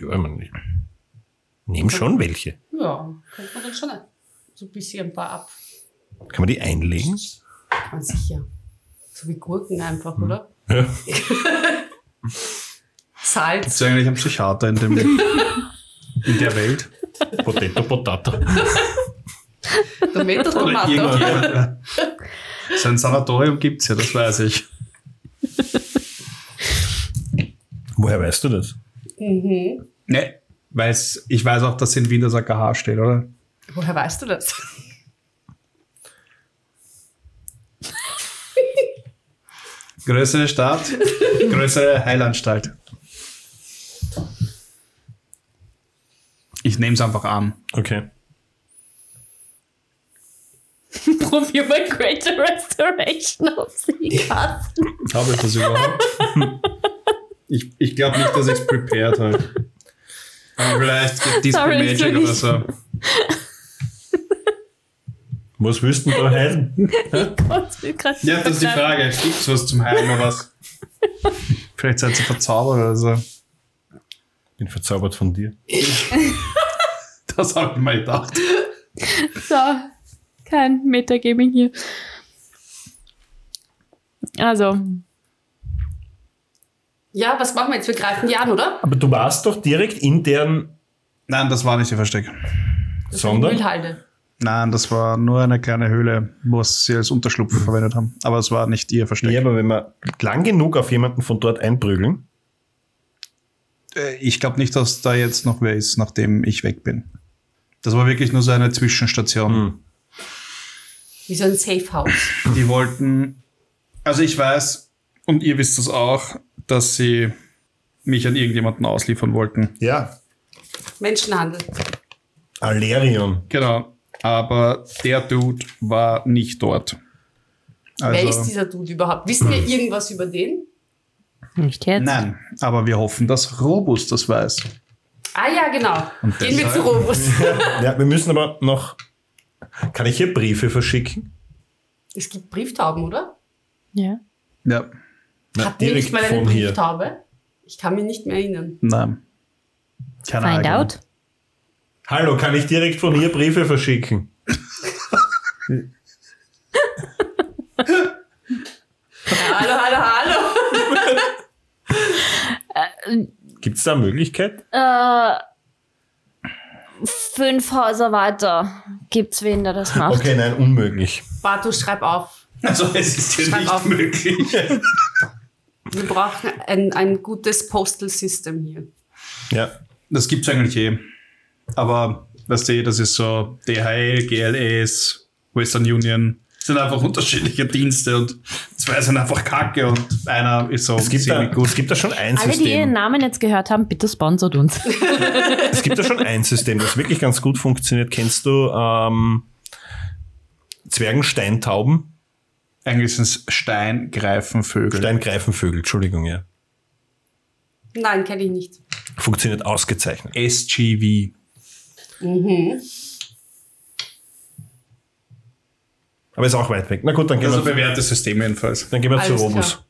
Speaker 1: Ja, ich meine, ich nehm schon welche.
Speaker 2: Ja, könnte man dann schon ein- so ein bisschen ein paar ab.
Speaker 1: Kann man die einlegen?
Speaker 2: Kann man sicher. So wie Gurken einfach,
Speaker 4: Hm.
Speaker 2: oder?
Speaker 1: Ja.
Speaker 2: Salz.
Speaker 4: Ist eigentlich ein Psychiater in, dem, in der Welt?
Speaker 1: Potato, Potato.
Speaker 2: Tomato, Tomato.
Speaker 4: irgendjemand. So ein Sanatorium gibt es ja, das weiß ich.
Speaker 1: Woher weißt du das?
Speaker 2: Mhm.
Speaker 4: Ne. Weiß, ich weiß auch, dass in Wien das AKH steht, oder?
Speaker 2: Woher weißt du das?
Speaker 4: Größere Stadt, größere Heilanstalt. Ich nehme es einfach an.
Speaker 1: Okay.
Speaker 3: Probier mal Greater Restoration auf sie. Krass.
Speaker 4: Habe ich das überhaupt? Ich, ich glaube nicht, dass ich es prepared habe. Aber vielleicht gibt es
Speaker 3: Sorry, ist
Speaker 4: Magic
Speaker 3: wirklich-
Speaker 4: oder so.
Speaker 1: Was willst du denn da heilen?
Speaker 3: Gott, ich grad
Speaker 4: Ja, das ist die
Speaker 3: verstanden.
Speaker 4: Frage. Gibt es was zum Heilen oder was? vielleicht seid ihr verzaubert oder so.
Speaker 1: Bin verzaubert von dir.
Speaker 6: Das habe ich mal gedacht.
Speaker 3: So, kein Metagaming hier. Also,
Speaker 2: Ja, was machen wir jetzt? Wir greifen die an, oder?
Speaker 1: Aber du warst doch direkt in deren
Speaker 4: Nein, das war nicht ihr Versteck.
Speaker 2: Die
Speaker 1: Sonder.
Speaker 2: Müllhalde.
Speaker 4: Nein, das war nur eine kleine Höhle, was sie als Unterschlupf verwendet haben. Aber es war nicht ihr Versteck.
Speaker 1: Ja, aber wenn wir lang genug auf jemanden von dort einprügeln,
Speaker 4: Äh, Ich glaube nicht, dass da jetzt noch wer ist, nachdem ich weg bin. Das war wirklich nur so eine Zwischenstation.
Speaker 2: Wie so ein Safehouse.
Speaker 4: Die wollten, also ich weiß, und ihr wisst es auch, dass sie mich an irgendjemanden ausliefern wollten.
Speaker 1: ja,
Speaker 2: Menschenhandel.
Speaker 1: Alerion.
Speaker 4: Genau. Aber der Dude war nicht dort. Also,
Speaker 2: Wer
Speaker 1: Also-
Speaker 2: ist dieser Dude überhaupt? Wissen wir irgendwas über den?
Speaker 3: nicht jetzt.
Speaker 4: Nein, aber wir hoffen, dass Robus das weiß.
Speaker 2: Ah ja, genau.
Speaker 4: Und
Speaker 2: Gehen wir zu
Speaker 1: halt-
Speaker 4: deshalb-
Speaker 2: Robus.
Speaker 1: Ja, wir müssen aber noch. Kann ich hier Briefe verschicken?
Speaker 2: es gibt Brieftauben, oder?
Speaker 3: Ja.
Speaker 4: Ja,
Speaker 1: Na,
Speaker 2: Hatten wir nicht mal eine Brieftaube? Ich kann mich nicht mehr erinnern.
Speaker 4: nein. Keine
Speaker 3: Find
Speaker 4: Ahnung.
Speaker 3: out.
Speaker 1: Hallo, kann ich direkt von hier Briefe verschicken?
Speaker 2: Hallo, hallo, hallo.
Speaker 1: Gibt es da eine Möglichkeit?
Speaker 3: Äh, fünf Häuser weiter gibt's wen, der das macht.
Speaker 1: Okay, nein, unmöglich.
Speaker 2: Bartu, schreib auf.
Speaker 6: Also es ist hier
Speaker 2: Schreib
Speaker 6: nicht
Speaker 2: auf.
Speaker 6: möglich.
Speaker 2: Wir brauchen ein, ein gutes Postal System hier.
Speaker 1: Ja.
Speaker 4: Das gibt's eigentlich eh. Aber weißt du, das ist so DHL, GLS, Western Union. Sind einfach unterschiedliche Dienste und zwei sind einfach kacke und einer ist so
Speaker 1: Es gibt, da,
Speaker 4: ziemlich gut.
Speaker 1: es gibt da schon ein
Speaker 3: Alle, die ihren
Speaker 1: System.
Speaker 3: Namen jetzt gehört haben, bitte sponsert uns.
Speaker 1: Es gibt da schon ein System, das wirklich ganz gut funktioniert. Kennst du ähm, Zwergensteintauben?
Speaker 4: Eigentlich sind es Steingreifenvögel.
Speaker 1: Steingreifenvögel, Entschuldigung, ja.
Speaker 2: Nein, kenne ich nicht.
Speaker 1: Funktioniert ausgezeichnet.
Speaker 4: SGV.
Speaker 1: Aber ist auch weit weg. Na gut, dann gehen
Speaker 4: Also
Speaker 1: wir,
Speaker 4: bewährtes System jedenfalls.
Speaker 1: dann gehen wir zu
Speaker 2: Alles
Speaker 1: Robus.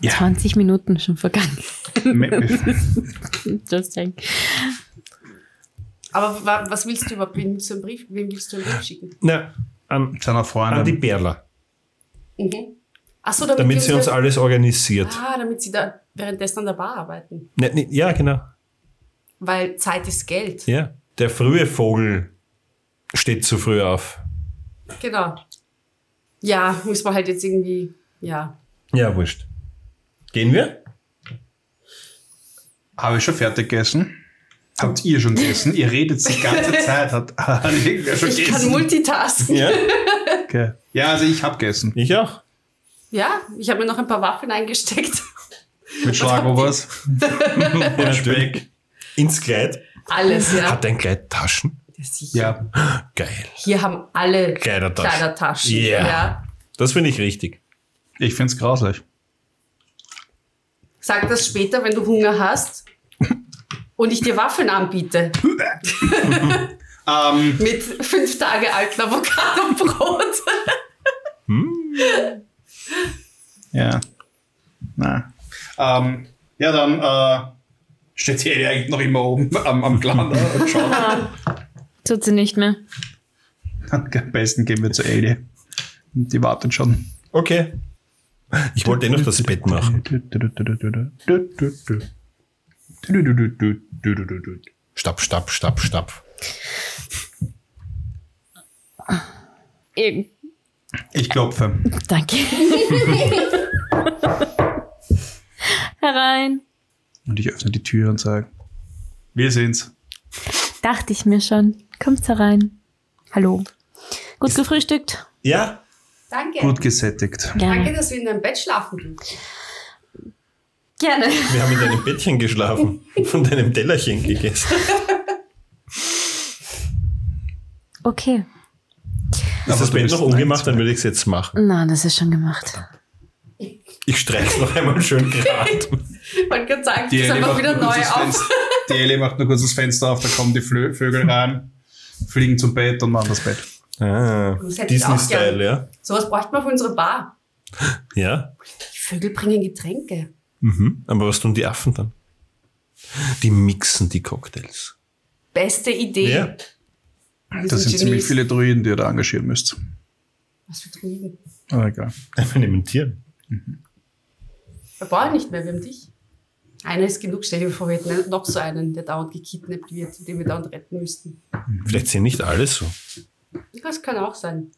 Speaker 2: klar.
Speaker 3: 20 Minuten schon vergangen.
Speaker 4: Me-
Speaker 3: Just saying.
Speaker 2: Aber wa- was willst du überhaupt? Wem willst du einen Brief, wem willst du einen Brief schicken?
Speaker 1: Na, Ähm, an,
Speaker 4: Seiner
Speaker 1: an die
Speaker 4: Freundin.
Speaker 1: Berler,
Speaker 2: Mhm. Achso, damit,
Speaker 1: damit
Speaker 2: wir
Speaker 1: sie uns alles organisiert.
Speaker 2: Ah, damit sie da währenddessen an der Bar arbeiten.
Speaker 1: Ne, ne, ja, genau.
Speaker 2: Weil Zeit ist Geld.
Speaker 1: Ja. Der frühe Vogel steht zu früh auf.
Speaker 2: Genau. Ja, muss man halt jetzt irgendwie, ja.
Speaker 1: Ja, wurscht. Gehen wir?
Speaker 4: Habe ich schon fertig gegessen? Habt ihr schon gegessen? ihr redet die ganze Zeit. Hat, hat irgendwer schon
Speaker 2: Ich kann
Speaker 4: gegessen?
Speaker 2: multitasken.
Speaker 1: Ja,
Speaker 4: Okay. Ja, also ich habe gegessen.
Speaker 1: ich auch.
Speaker 2: Ja, ich habe mir noch ein paar Waffeln eingesteckt.
Speaker 4: Mit Schlagobers.
Speaker 1: Ja, Speck. Ins Kleid.
Speaker 2: Alles, ja.
Speaker 1: Hat dein Kleid Taschen?
Speaker 2: Ja, sicher.
Speaker 4: Ja.
Speaker 1: Geil.
Speaker 2: Hier haben alle
Speaker 1: Kleidertaschen.
Speaker 2: Kleidertaschen.
Speaker 1: Ja.
Speaker 2: Ja.
Speaker 1: Das finde ich richtig.
Speaker 4: Ich find's grauslich.
Speaker 2: Sag das später, wenn du Hunger hast und ich dir Waffeln anbiete.
Speaker 4: Ähm,
Speaker 2: Mit fünf Tage alten Avocado-Brot.
Speaker 4: Ja. Na. Ähm, ja, dann äh, steht sie eh eigentlich noch immer oben am, Äh, am Glander und schaut.
Speaker 3: Tut sie nicht mehr.
Speaker 4: Am besten gehen wir zu Ellie. Die warten schon.
Speaker 1: Okay. Ich wollte eh noch das Bett machen. Stapp, stapp, stapp, stapp.
Speaker 3: Eben.
Speaker 4: Ich klopfe.
Speaker 3: Danke. Herein.
Speaker 4: Und ich öffne die Tür und sage, wir sind's.
Speaker 3: Dachte ich mir schon. Kommst herein. Hallo. Gut gefrühstückt?
Speaker 1: Ja,
Speaker 2: Danke.
Speaker 4: Gut gesättigt.
Speaker 2: Danke,
Speaker 3: Gerne.
Speaker 2: dass wir in deinem Bett schlafen dürfen.
Speaker 3: Gerne.
Speaker 1: wir haben in deinem Bettchen geschlafen und deinem Tellerchen gegessen.
Speaker 3: Okay.
Speaker 1: Ist das
Speaker 4: du
Speaker 1: Bett
Speaker 4: bist
Speaker 1: noch
Speaker 4: nein,
Speaker 1: ungemacht,
Speaker 4: zwei.
Speaker 1: dann würde ich es jetzt machen.
Speaker 3: Nein, das ist schon gemacht.
Speaker 1: Ich streich's noch einmal schön gerade.
Speaker 2: Man kann sagen,
Speaker 4: Die
Speaker 2: das ist
Speaker 4: Ellie
Speaker 2: einfach
Speaker 4: macht
Speaker 2: wieder
Speaker 4: nur
Speaker 2: neu
Speaker 4: kurz das
Speaker 2: auf.
Speaker 4: Fenster- Die Ellie macht nur kurz das Fenster auf, da kommen die Flö Vögel rein, fliegen zum Bett und machen das Bett.
Speaker 1: Ah,
Speaker 2: Das hätte ich auch
Speaker 1: Disney-Style, ja.
Speaker 2: Sowas bräuchte man für unsere Bar.
Speaker 1: Ja.
Speaker 2: Die Vögel bringen Getränke.
Speaker 1: Mhm. Aber was tun die Affen dann? Die mixen die Cocktails.
Speaker 2: Beste Idee.
Speaker 1: Ja.
Speaker 2: Wir
Speaker 4: Das sind ziemlich
Speaker 2: Genies.
Speaker 4: viele Druiden, die ihr da engagieren müsst.
Speaker 2: Was für Druiden?
Speaker 1: Ah,
Speaker 4: Aber egal.
Speaker 1: Einfach nehmen Tier.
Speaker 2: Wir brauchen nicht mehr, wir haben dich. Einer ist genug, stell dir vor, wir hätten noch so einen, der dauernd gekidnappt wird, den wir dauernd retten müssten.
Speaker 1: Vielleicht sind nicht alle so.
Speaker 2: Das kann auch sein.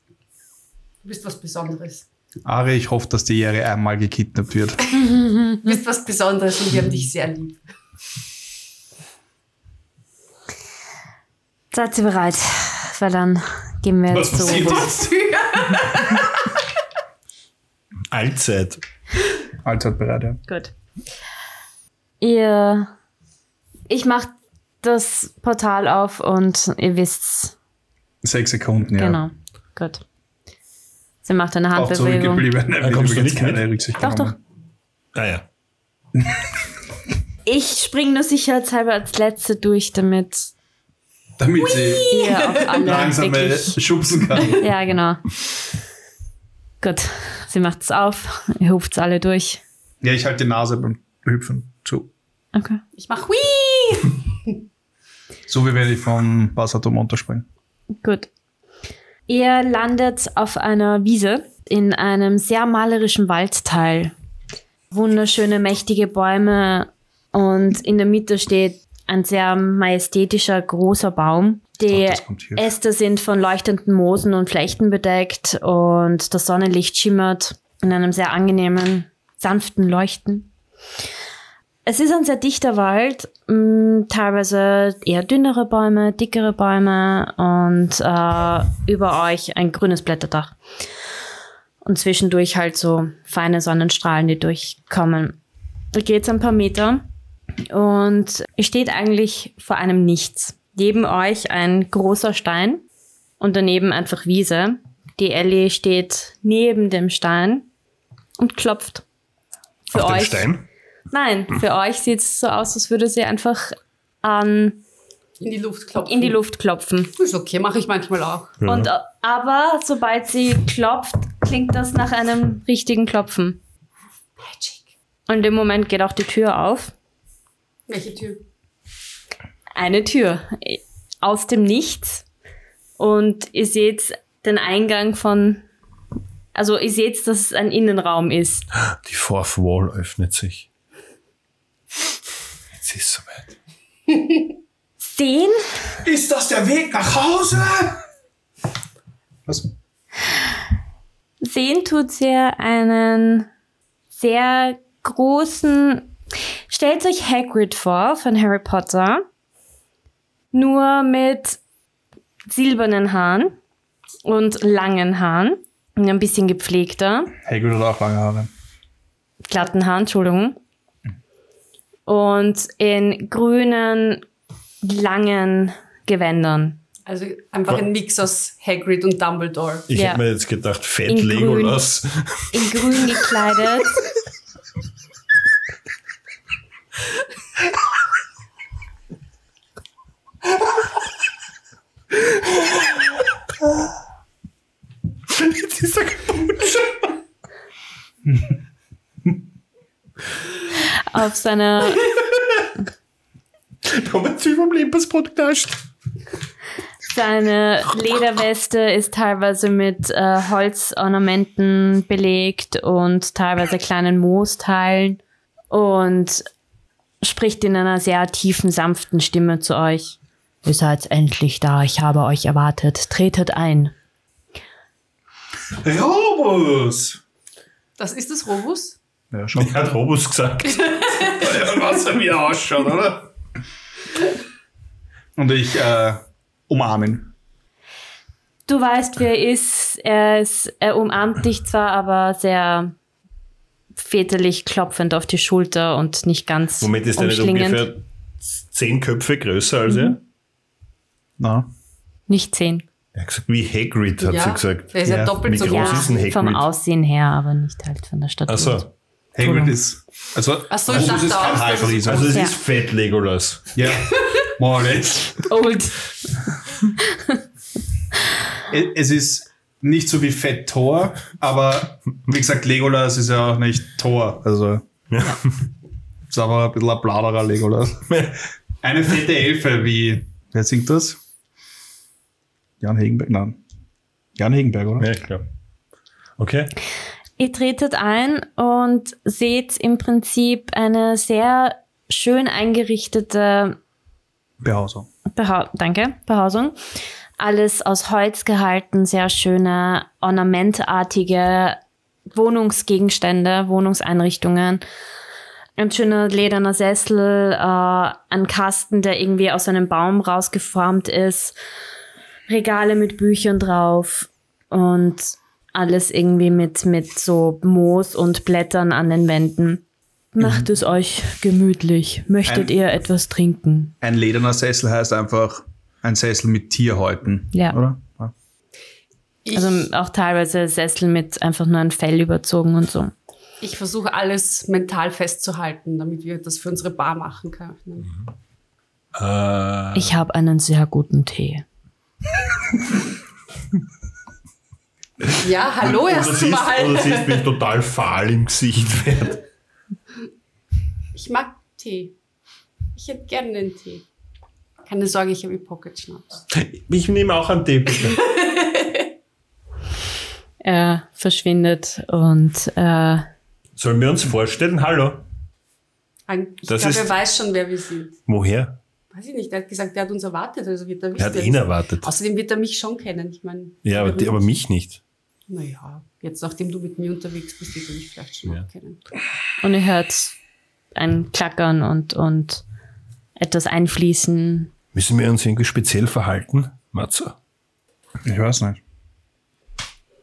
Speaker 2: Du bist was Besonderes.
Speaker 4: Ari, ich hoffe, dass die Jere einmal gekidnappt wird.
Speaker 2: Du bist was Besonderes und wir haben dich sehr lieb.
Speaker 3: Seid ihr bereit? Weil dann gehen wir
Speaker 7: Was
Speaker 3: jetzt zu.
Speaker 7: passiert ist?
Speaker 1: Allzeit.
Speaker 4: Allzeit bereit, ja.
Speaker 5: Gut.
Speaker 3: Ihr. Ich mach das Portal auf und ihr wisst's.
Speaker 4: Sechs Sekunden, ja.
Speaker 3: Genau. Gut. Sie macht eine
Speaker 4: Auch
Speaker 3: Handbewegung.
Speaker 4: zurückgeblieben.
Speaker 1: Ah, kommst du nicht
Speaker 4: keine
Speaker 1: mit?
Speaker 4: Rücksicht
Speaker 3: Doch,
Speaker 4: genommen.
Speaker 1: Ah ja.
Speaker 3: Ich spring nur sicherheitshalber als Letzte durch, damit
Speaker 7: Damit sie
Speaker 3: ihr auch alle
Speaker 7: langsame
Speaker 3: wirklich
Speaker 7: schubsen kann.
Speaker 3: Ja, genau. Gut, sie macht es auf, ihr ruft alle durch.
Speaker 4: Ja, ich halte die Nase beim Hüpfen zu.
Speaker 3: Okay.
Speaker 2: Ich mach Wii!
Speaker 4: So wie wenn ich vom Wasserturm runterspringe.
Speaker 3: Gut. Ihr landet auf einer Wiese in einem sehr malerischen Waldteil. Wunderschöne, mächtige Bäume und in der Mitte steht ein sehr majestätischer, großer Baum. Die
Speaker 4: Oh, das kommt hier.
Speaker 3: Äste sind von leuchtenden Moosen und Flechten bedeckt und das Sonnenlicht schimmert in einem sehr angenehmen, sanften Leuchten. Es ist ein sehr dichter Wald, mh, teilweise eher dünnere Bäume, dickere Bäume und äh, über euch ein grünes Blätterdach. Und zwischendurch halt so feine Sonnenstrahlen, die durchkommen. Da geht's ein paar Meter und ihr steht eigentlich vor einem Nichts. Neben euch ein großer Stein und daneben einfach Wiese. Die Ellie steht neben dem Stein und klopft.
Speaker 1: Auf dem Stein.
Speaker 3: Nein, für euch sieht es so aus, als würde sie einfach an,
Speaker 2: In die Luft klopfen.
Speaker 3: in die Luft klopfen.
Speaker 2: Ist okay, mache ich manchmal auch.
Speaker 3: Und, äh, aber sobald sie klopft, klingt das nach einem richtigen Klopfen.
Speaker 2: Magic.
Speaker 3: Und in dem Moment geht auch die Tür auf.
Speaker 2: Welche Tür?
Speaker 3: Eine Tür äh, aus dem Nichts. Und ihr seht den Eingang von. Also ihr seht, dass es ein Innenraum ist.
Speaker 1: Die Fourth Wall öffnet sich. Es ist soweit.
Speaker 3: Sehen?
Speaker 7: Ist das der Weg nach Hause?
Speaker 4: Was?
Speaker 3: sehen tut ihr einen sehr großen. Stellt euch Hagrid vor von Harry Potter, nur mit silbernen Haaren und langen Haaren, und ein bisschen gepflegter
Speaker 4: Hagrid hat auch lange Haare.
Speaker 3: glatten Haaren, Entschuldigung. Und in grünen, langen Gewändern.
Speaker 2: Also einfach ein Mix aus Hagrid und Dumbledore.
Speaker 1: Ich
Speaker 3: Ja.
Speaker 1: hätte mir jetzt gedacht, Fett
Speaker 3: In
Speaker 1: Legolas.
Speaker 3: In grün gekleidet.
Speaker 1: Dieser
Speaker 3: auf seiner
Speaker 1: dumme Typ am Lebensprodkt nascht.
Speaker 3: Seine Lederweste ist teilweise mit äh, Holzornamenten belegt und teilweise kleinen Moosteilen und spricht in einer sehr tiefen, sanften Stimme zu euch. Ihr seid endlich da, ich habe euch erwartet. Tretet ein.
Speaker 7: Robus!
Speaker 2: Das ist das Robus?
Speaker 4: Ja, schon.
Speaker 1: Hat Robus gesagt.
Speaker 7: Ja, Was er mir ausschaut, oder?
Speaker 4: Und ich äh, umarme ihn.
Speaker 3: Du weißt, wer er ist. Er, ist. er umarmt dich zwar, aber sehr väterlich klopfend auf die Schulter und nicht ganz
Speaker 1: Moment ist der nicht
Speaker 3: umschlingend.
Speaker 1: ungefähr zehn Köpfe größer als er?
Speaker 4: Na,
Speaker 3: Nicht zehn.
Speaker 1: Er hat gesagt, wie Hagrid, hat sie gesagt.
Speaker 2: Der ist ja,
Speaker 4: Ja,
Speaker 2: doppelt
Speaker 1: wie
Speaker 2: so
Speaker 1: groß
Speaker 2: groß.
Speaker 1: ist- ein Hagrid?
Speaker 3: vom Aussehen her, aber nicht halt von der Statur.
Speaker 1: Achso,
Speaker 4: Hagrid ist. Also,
Speaker 2: Ach so, ich
Speaker 4: Robus
Speaker 2: dachte
Speaker 4: ist kein
Speaker 2: auch, dass-
Speaker 4: Halbriese.
Speaker 1: also es
Speaker 3: Ja.
Speaker 1: ist Fett Legolas.
Speaker 4: ja. Moritz.
Speaker 3: Old.
Speaker 4: E- Es ist nicht so wie Fett Thor, aber wie gesagt, Legolas ist ja auch nicht Thor. Also. ist aber ein bisschen ein Bladerer Legolas.
Speaker 6: Eine fette Elfe, wie
Speaker 4: Wer singt das? Jan Hegenberg? Nein. Jan Hegenberg, oder?
Speaker 1: Ja, ich glaube. Okay.
Speaker 5: Ihr tretet ein und seht im Prinzip eine sehr schön eingerichtete
Speaker 4: Behausung.
Speaker 5: Beha Danke, Behausung. Alles aus Holz gehalten, sehr schöne, ornamentartige Wohnungsgegenstände, Wohnungseinrichtungen. Ein schöner lederner Sessel, äh, ein Kasten, der irgendwie aus einem Baum rausgeformt ist, Regale mit Büchern drauf und alles irgendwie mit, mit so Moos und Blättern an den Wänden. Macht es euch gemütlich. Möchtet
Speaker 4: Ein-
Speaker 5: ihr etwas trinken?
Speaker 4: Ein lederner Sessel heißt einfach ein Sessel mit Tierhäuten.
Speaker 5: Ja.
Speaker 4: Oder? Ja.
Speaker 2: Ich,
Speaker 5: Also auch teilweise Sessel mit einfach nur ein Fell überzogen und so.
Speaker 2: ich versuche alles mental festzuhalten, damit wir das für unsere Bar machen können. ne?
Speaker 1: Äh,
Speaker 5: Ich habe einen sehr guten Tee.
Speaker 2: Ja, hallo
Speaker 1: oder siehst, oder
Speaker 2: erstmal.
Speaker 1: siehst mich total fahl im Gesicht wert.
Speaker 2: Ich mag Tee. Ich hätte gerne einen Tee. Keine Sorge, ich habe eh Pocket Schnaps.
Speaker 1: Ich nehme auch einen Tee, bitte.
Speaker 5: Er verschwindet und äh,
Speaker 1: Sollen wir uns vorstellen? Hallo.
Speaker 2: Ein- Ich
Speaker 1: Das
Speaker 2: glaube, er
Speaker 1: ist-
Speaker 2: weiß schon, wer wir sind.
Speaker 1: Woher?
Speaker 2: Weiß ich nicht, er hat gesagt, er hat uns erwartet, also wird er wissen.
Speaker 1: Er hat
Speaker 2: wer
Speaker 1: ihn
Speaker 2: wir sind.
Speaker 1: erwartet.
Speaker 2: Außerdem wird er mich schon kennen. Ich meine,
Speaker 1: Ja, aber, die, aber mich nicht.
Speaker 2: Naja, jetzt nachdem du mit mir unterwegs bist, wird er mich vielleicht schon
Speaker 1: Ja.
Speaker 2: auch kennen.
Speaker 5: und ihr hört ein Klackern und, und etwas einfließen.
Speaker 1: Müssen wir uns irgendwie speziell verhalten, Matzo?
Speaker 4: Ich weiß nicht.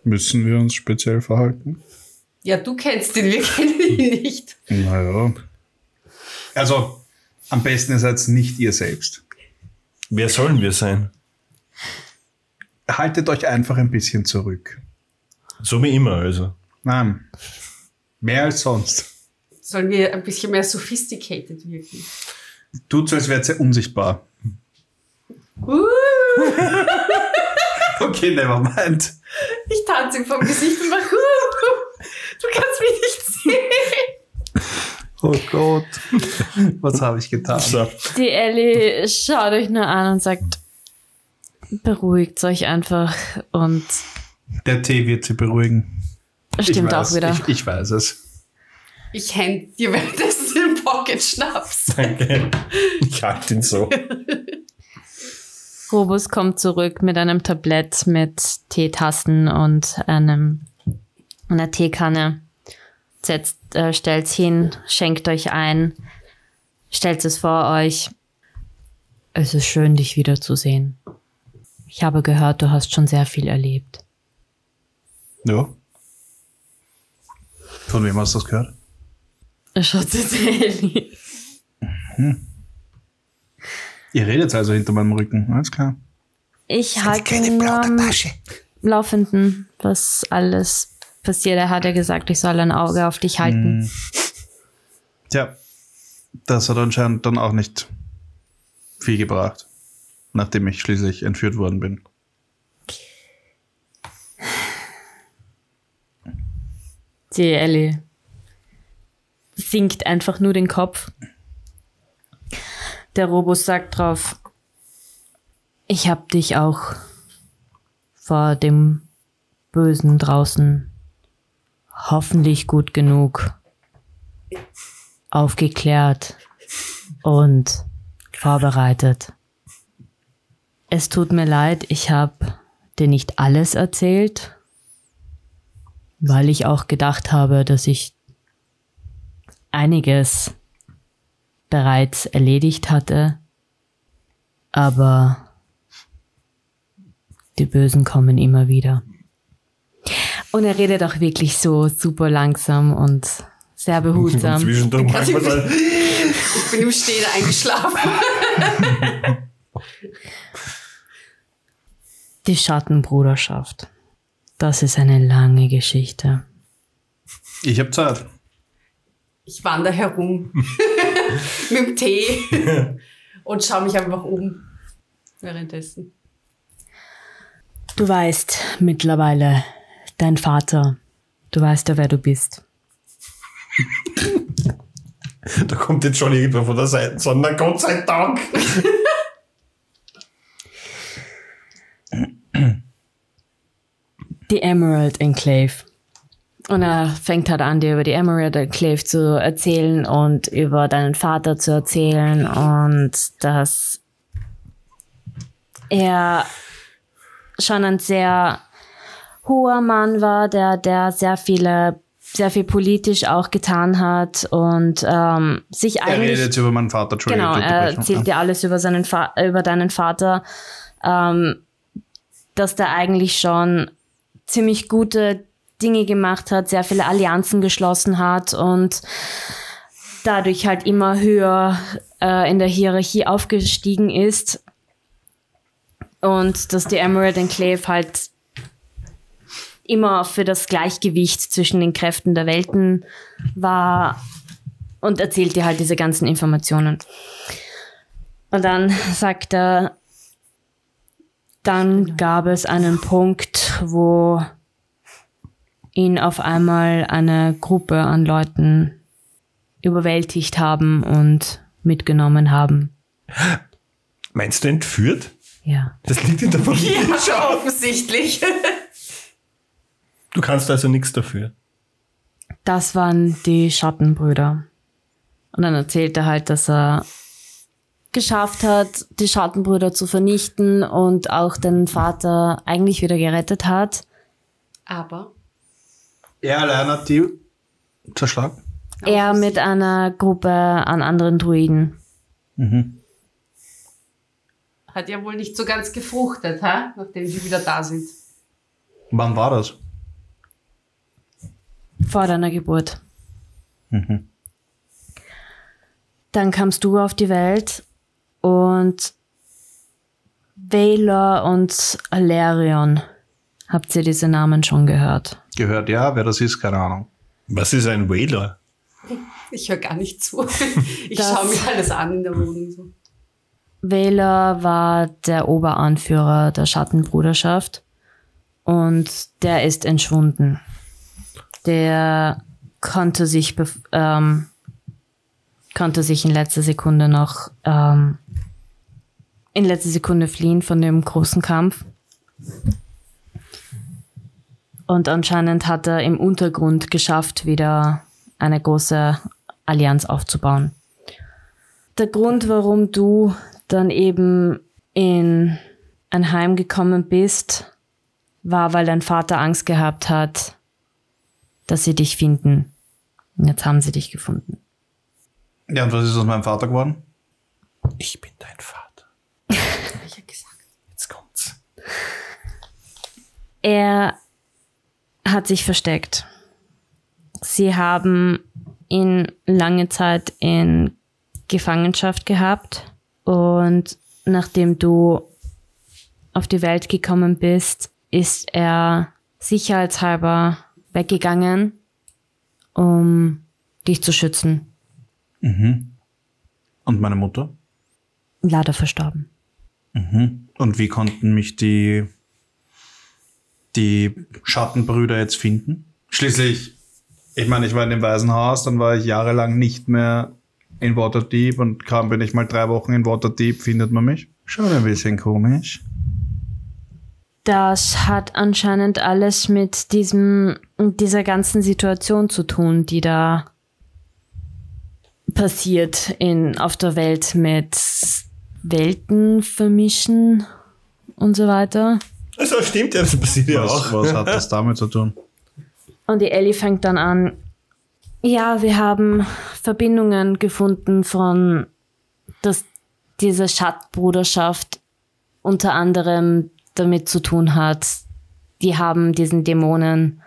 Speaker 4: Müssen wir uns speziell verhalten?
Speaker 2: Ja, du kennst ihn, wir kennen ihn nicht.
Speaker 4: Naja.
Speaker 6: also
Speaker 4: Am besten ihr seid nicht ihr selbst.
Speaker 1: Wer sollen wir sein?
Speaker 4: Haltet euch einfach ein bisschen zurück.
Speaker 1: So wie immer, also.
Speaker 4: Nein. Mehr als sonst.
Speaker 2: Sollen wir ein bisschen mehr sophisticated wirken?
Speaker 4: Tut so, als wärt ihr unsichtbar.
Speaker 2: Uh,
Speaker 4: Okay, never mind.
Speaker 2: ich tanze ihm vom Gesicht und mache, uh, du kannst mich nicht sehen.
Speaker 4: Oh Gott. Was habe ich getan?
Speaker 1: So.
Speaker 5: Die Ellie schaut euch nur an und sagt, beruhigt euch einfach und
Speaker 4: Der Tee wird sie beruhigen.
Speaker 5: stimmt
Speaker 4: ich
Speaker 5: auch
Speaker 4: weiß,
Speaker 5: wieder.
Speaker 4: Ich, ich weiß es.
Speaker 2: Ich händ dir währenddessen den Pocket Schnaps.
Speaker 1: Danke. Ich halte ihn so.
Speaker 5: Robus kommt zurück mit einem Tablett mit Teetassen und einem, einer Teekanne. Setzt, äh, stellt's hin, schenkt euch ein, stellt es vor euch. Es ist schön, dich wiederzusehen. Ich habe gehört, du hast schon sehr viel erlebt.
Speaker 4: Ja. Von wem hast du das gehört?
Speaker 5: Er schaut zu Ellie.
Speaker 4: Ihr redet also hinter meinem Rücken. Alles klar.
Speaker 5: Ich halte nur am Laufenden, was alles passiert. Er hat ja gesagt, ich soll ein Auge auf dich halten.
Speaker 4: Tja, das hat anscheinend dann auch nicht viel gebracht, nachdem ich schließlich entführt worden bin.
Speaker 5: Die Ellie sinkt einfach nur den Kopf. Der Robus sagt drauf, ich hab dich auch vor dem Bösen draußen hoffentlich gut genug aufgeklärt und vorbereitet. Es tut mir leid, ich hab dir nicht alles erzählt weil ich auch gedacht habe, dass ich einiges bereits erledigt hatte, aber die Bösen kommen immer wieder. Und er redet auch wirklich so super langsam und sehr
Speaker 1: Und
Speaker 5: behutsam.
Speaker 1: zwischendurch
Speaker 2: Kannst
Speaker 1: manchmal
Speaker 2: du-
Speaker 1: dann,
Speaker 2: Ich bin im Stehen eingeschlafen.
Speaker 5: Die Schattenbruderschaft. Das ist eine lange Geschichte.
Speaker 4: Ich habe Zeit.
Speaker 2: Ich wandere herum mit dem Tee und schaue mich einfach um währenddessen.
Speaker 5: Du weißt mittlerweile, dein Vater, du weißt ja, wer du bist.
Speaker 1: Da kommt jetzt schon irgendwer von der Seite, sondern Gott sei Dank.
Speaker 5: Die Emerald Enclave. Und er fängt halt an, dir über die Emerald Enclave zu erzählen und über deinen Vater zu erzählen und dass er schon ein sehr hoher Mann war, der, der sehr viele, sehr viel politisch auch getan hat und ähm, sich
Speaker 3: Also
Speaker 4: Er
Speaker 5: eigentlich.
Speaker 4: redet jetzt über meinen Vater, Entschuldigung.
Speaker 5: Genau,
Speaker 4: die
Speaker 5: er
Speaker 3: äh,
Speaker 4: Unterbrechung,
Speaker 5: erzählt dir alles über, seinen Fa über deinen Vater, ähm, dass der eigentlich schon ziemlich gute Dinge gemacht hat, sehr viele Allianzen geschlossen hat und dadurch halt immer höher äh, in der Hierarchie aufgestiegen ist. Und dass die Emerald Enclave halt immer für das Gleichgewicht zwischen den Kräften der Welten war und erzählt dir halt diese ganzen Informationen. Und dann sagt er, dann gab es einen Punkt, wo ihn auf einmal eine Gruppe an Leuten überwältigt haben und mitgenommen haben.
Speaker 1: Meinst du entführt?
Speaker 5: Ja.
Speaker 1: Das liegt in der Familie.
Speaker 2: Schon offensichtlich.
Speaker 1: Du kannst also nichts dafür.
Speaker 5: Das waren die Schattenbrüder. Und dann erzählt er halt, dass er geschafft hat, die Schattenbrüder zu vernichten und auch den Vater eigentlich wieder gerettet hat.
Speaker 2: Aber
Speaker 4: Er allein hat die zerschlagen.
Speaker 5: Er mit einer Gruppe an anderen Druiden.
Speaker 2: hat ja wohl nicht so ganz gefruchtet, ha? nachdem die wieder da sind.
Speaker 4: Wann war das?
Speaker 5: Vor deiner Geburt.
Speaker 1: Mhm.
Speaker 5: Dann kamst du auf die Welt und Valor und Alerion. Habt ihr diese Namen schon gehört?
Speaker 4: Gehört, ja, wer das ist, keine Ahnung.
Speaker 1: Was ist ein Whaler?
Speaker 2: Ich höre gar nicht zu. Ich
Speaker 5: Das-
Speaker 2: schaue mir alles an in der Wohnung. So.
Speaker 5: Valor war der Oberanführer der Schattenbruderschaft und der ist entschwunden. Der konnte sich, bef- ähm, konnte sich in letzter Sekunde noch ähm, in letzter Sekunde fliehen von dem großen Kampf. Und anscheinend hat er im Untergrund geschafft, wieder eine große Allianz aufzubauen der Grund, warum du dann eben in ein Heim gekommen bist, war, weil dein Vater Angst gehabt hat, dass sie dich finden. Und jetzt haben sie dich gefunden.
Speaker 4: Ja, und was ist aus meinem Vater geworden?
Speaker 1: Ich bin dein Vater.
Speaker 2: Hab ich ja gesagt.
Speaker 1: Jetzt kommt's.
Speaker 5: Er hat sich versteckt. Sie haben ihn lange Zeit in Gefangenschaft gehabt und nachdem du auf die Welt gekommen bist, ist er sicherheitshalber weggegangen, um dich zu schützen.
Speaker 4: Und meine Mutter?
Speaker 5: Leider verstorben.
Speaker 4: Und wie konnten mich die, die Schattenbrüder jetzt finden? Schließlich, ich meine, ich war in dem Waisenhaus, dann war ich jahrelang nicht mehr in Waterdeep und kaum bin ich mal drei Wochen in Waterdeep, findet man mich. Schon ein bisschen komisch.
Speaker 5: Das hat anscheinend alles mit diesem, dieser ganzen Situation zu tun, die da passiert in, auf der Welt mit Welten vermischen und so weiter.
Speaker 1: Also stimmt ja, das passiert ja
Speaker 4: Was,
Speaker 1: auch.
Speaker 4: was hat das damit zu tun?
Speaker 5: Und die Ellie fängt dann an, ja, wir haben Verbindungen gefunden von, dass diese Schattbruderschaft unter anderem damit zu tun hat, die haben diesen Dämonen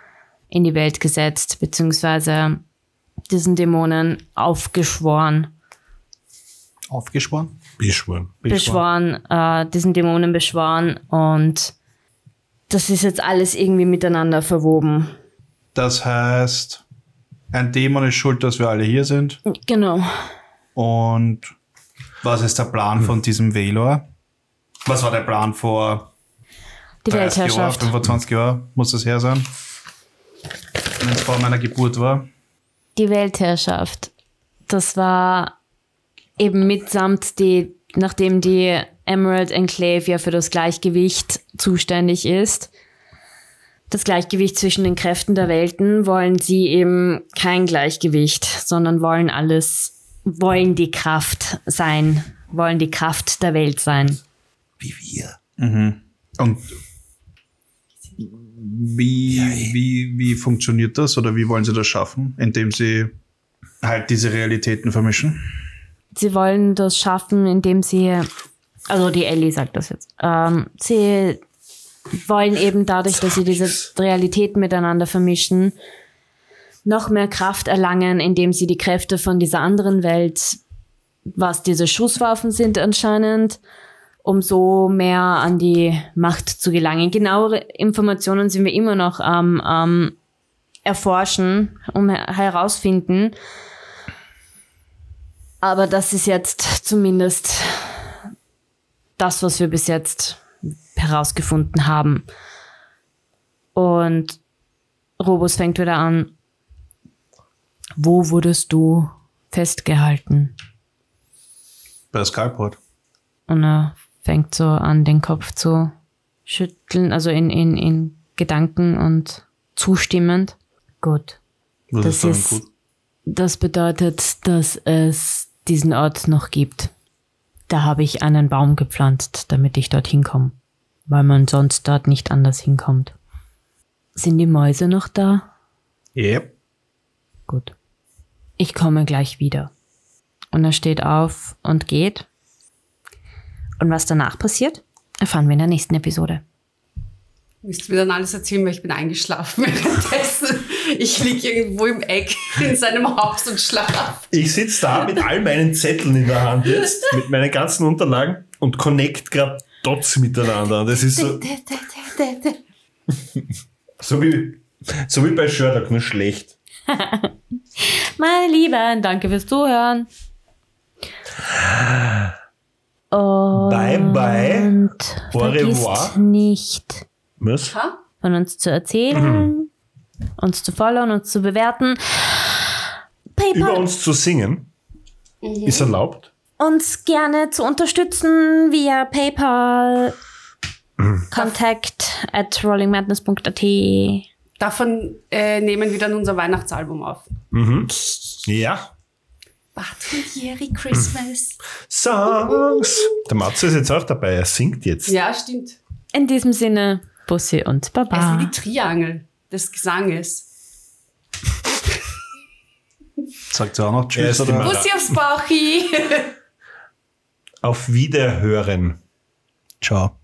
Speaker 5: in die Welt gesetzt, beziehungsweise diesen Dämonen aufgeschworen,
Speaker 4: Aufgeschworen?
Speaker 1: Beschworen.
Speaker 5: beschworen, äh, diesen Dämonen beschworen und das ist jetzt alles irgendwie miteinander verwoben.
Speaker 4: Das heißt, ein Dämon ist schuld, dass wir alle hier sind.
Speaker 5: Genau.
Speaker 4: Und was ist der Plan von diesem Velor? Was war der Plan vor
Speaker 5: Die
Speaker 4: 30 Jahren,
Speaker 5: Weltherrschaft.
Speaker 4: 25 Jahren? Muss das her sein? Wenn es vor meiner Geburt war.
Speaker 5: die Weltherrschaft das war eben mitsamt die, nachdem die Emerald Enclave ja für das Gleichgewicht zuständig ist, das Gleichgewicht zwischen den Kräften der Welten, wollen sie eben kein Gleichgewicht, sondern wollen alles, wollen die Kraft sein, wollen die Kraft der Welt sein.
Speaker 1: Wie wir.
Speaker 4: Und wie, wie, wie funktioniert das oder wie wollen sie das schaffen, indem sie halt diese Realitäten vermischen?
Speaker 5: sie wollen das schaffen, indem sie, also die Ellie sagt das jetzt, ähm, sie wollen eben dadurch, dass sie diese Realitäten miteinander vermischen, noch mehr Kraft erlangen, indem sie die Kräfte von dieser anderen Welt, was diese Schusswaffen sind anscheinend, um so mehr an die Macht zu gelangen. Genauere Informationen sind wir immer noch am am Erforschen, um her- herausfinden. Aber das ist jetzt zumindest das, was wir bis jetzt herausgefunden haben. Und Robus fängt wieder an. Wo wurdest du festgehalten?
Speaker 4: Bei Skyport.
Speaker 5: Und er fängt so an, den Kopf zu schütteln, also in, in, in Gedanken und zustimmend. Gut.
Speaker 4: Was
Speaker 5: Das
Speaker 4: daran
Speaker 5: ist- Das bedeutet, dass es diesen Ort noch gibt. Da habe ich einen Baum gepflanzt, damit ich dorthin komme, weil man sonst dort nicht anders hinkommt. Sind die Mäuse noch da?
Speaker 4: Yep.
Speaker 5: Gut. Ich komme gleich wieder. Und er steht auf und geht. Und was danach passiert, erfahren wir in der nächsten Episode.
Speaker 2: Müsst mir dann alles erzählen, weil ich bin eingeschlafen währenddessen. Ich liege irgendwo im Eck in seinem Haus und schlafe.
Speaker 1: Ich sitze da mit all meinen Zetteln in der Hand jetzt, mit meinen ganzen Unterlagen und connect gerade Dots miteinander. Das ist so, so, wie, so wie bei Sherlock, nur schlecht.
Speaker 5: Meine Lieben, danke fürs Zuhören. Und
Speaker 1: Bye, bye. Au
Speaker 5: vergisst
Speaker 1: revoir.
Speaker 5: nicht,
Speaker 1: Was?
Speaker 2: Ha?
Speaker 5: von uns zu
Speaker 1: Mhm.
Speaker 5: erzählen, uns zu folgen, uns zu bewerten.
Speaker 1: Über
Speaker 5: PayPal
Speaker 1: uns zu singen ist erlaubt.
Speaker 5: uns gerne zu unterstützen via PayPal. Contact at rollingmadness.at.
Speaker 2: Davon äh, nehmen wir dann unser Weihnachtsalbum auf.
Speaker 1: Ja.
Speaker 2: Bart und Jerry Christmas.
Speaker 1: Songs. Der Matze ist jetzt auch dabei, er singt jetzt.
Speaker 2: Ja, stimmt.
Speaker 5: In diesem Sinne, Bussi und
Speaker 2: Es ist
Speaker 5: Baba.
Speaker 2: die Triangel des Gesanges.
Speaker 4: Sagt sie auch noch
Speaker 1: Er ist
Speaker 4: Tschüss
Speaker 1: die Ma-
Speaker 4: oder?
Speaker 2: Bussi aufs Bauchi.
Speaker 1: Auf Wiederhören.
Speaker 4: Ciao.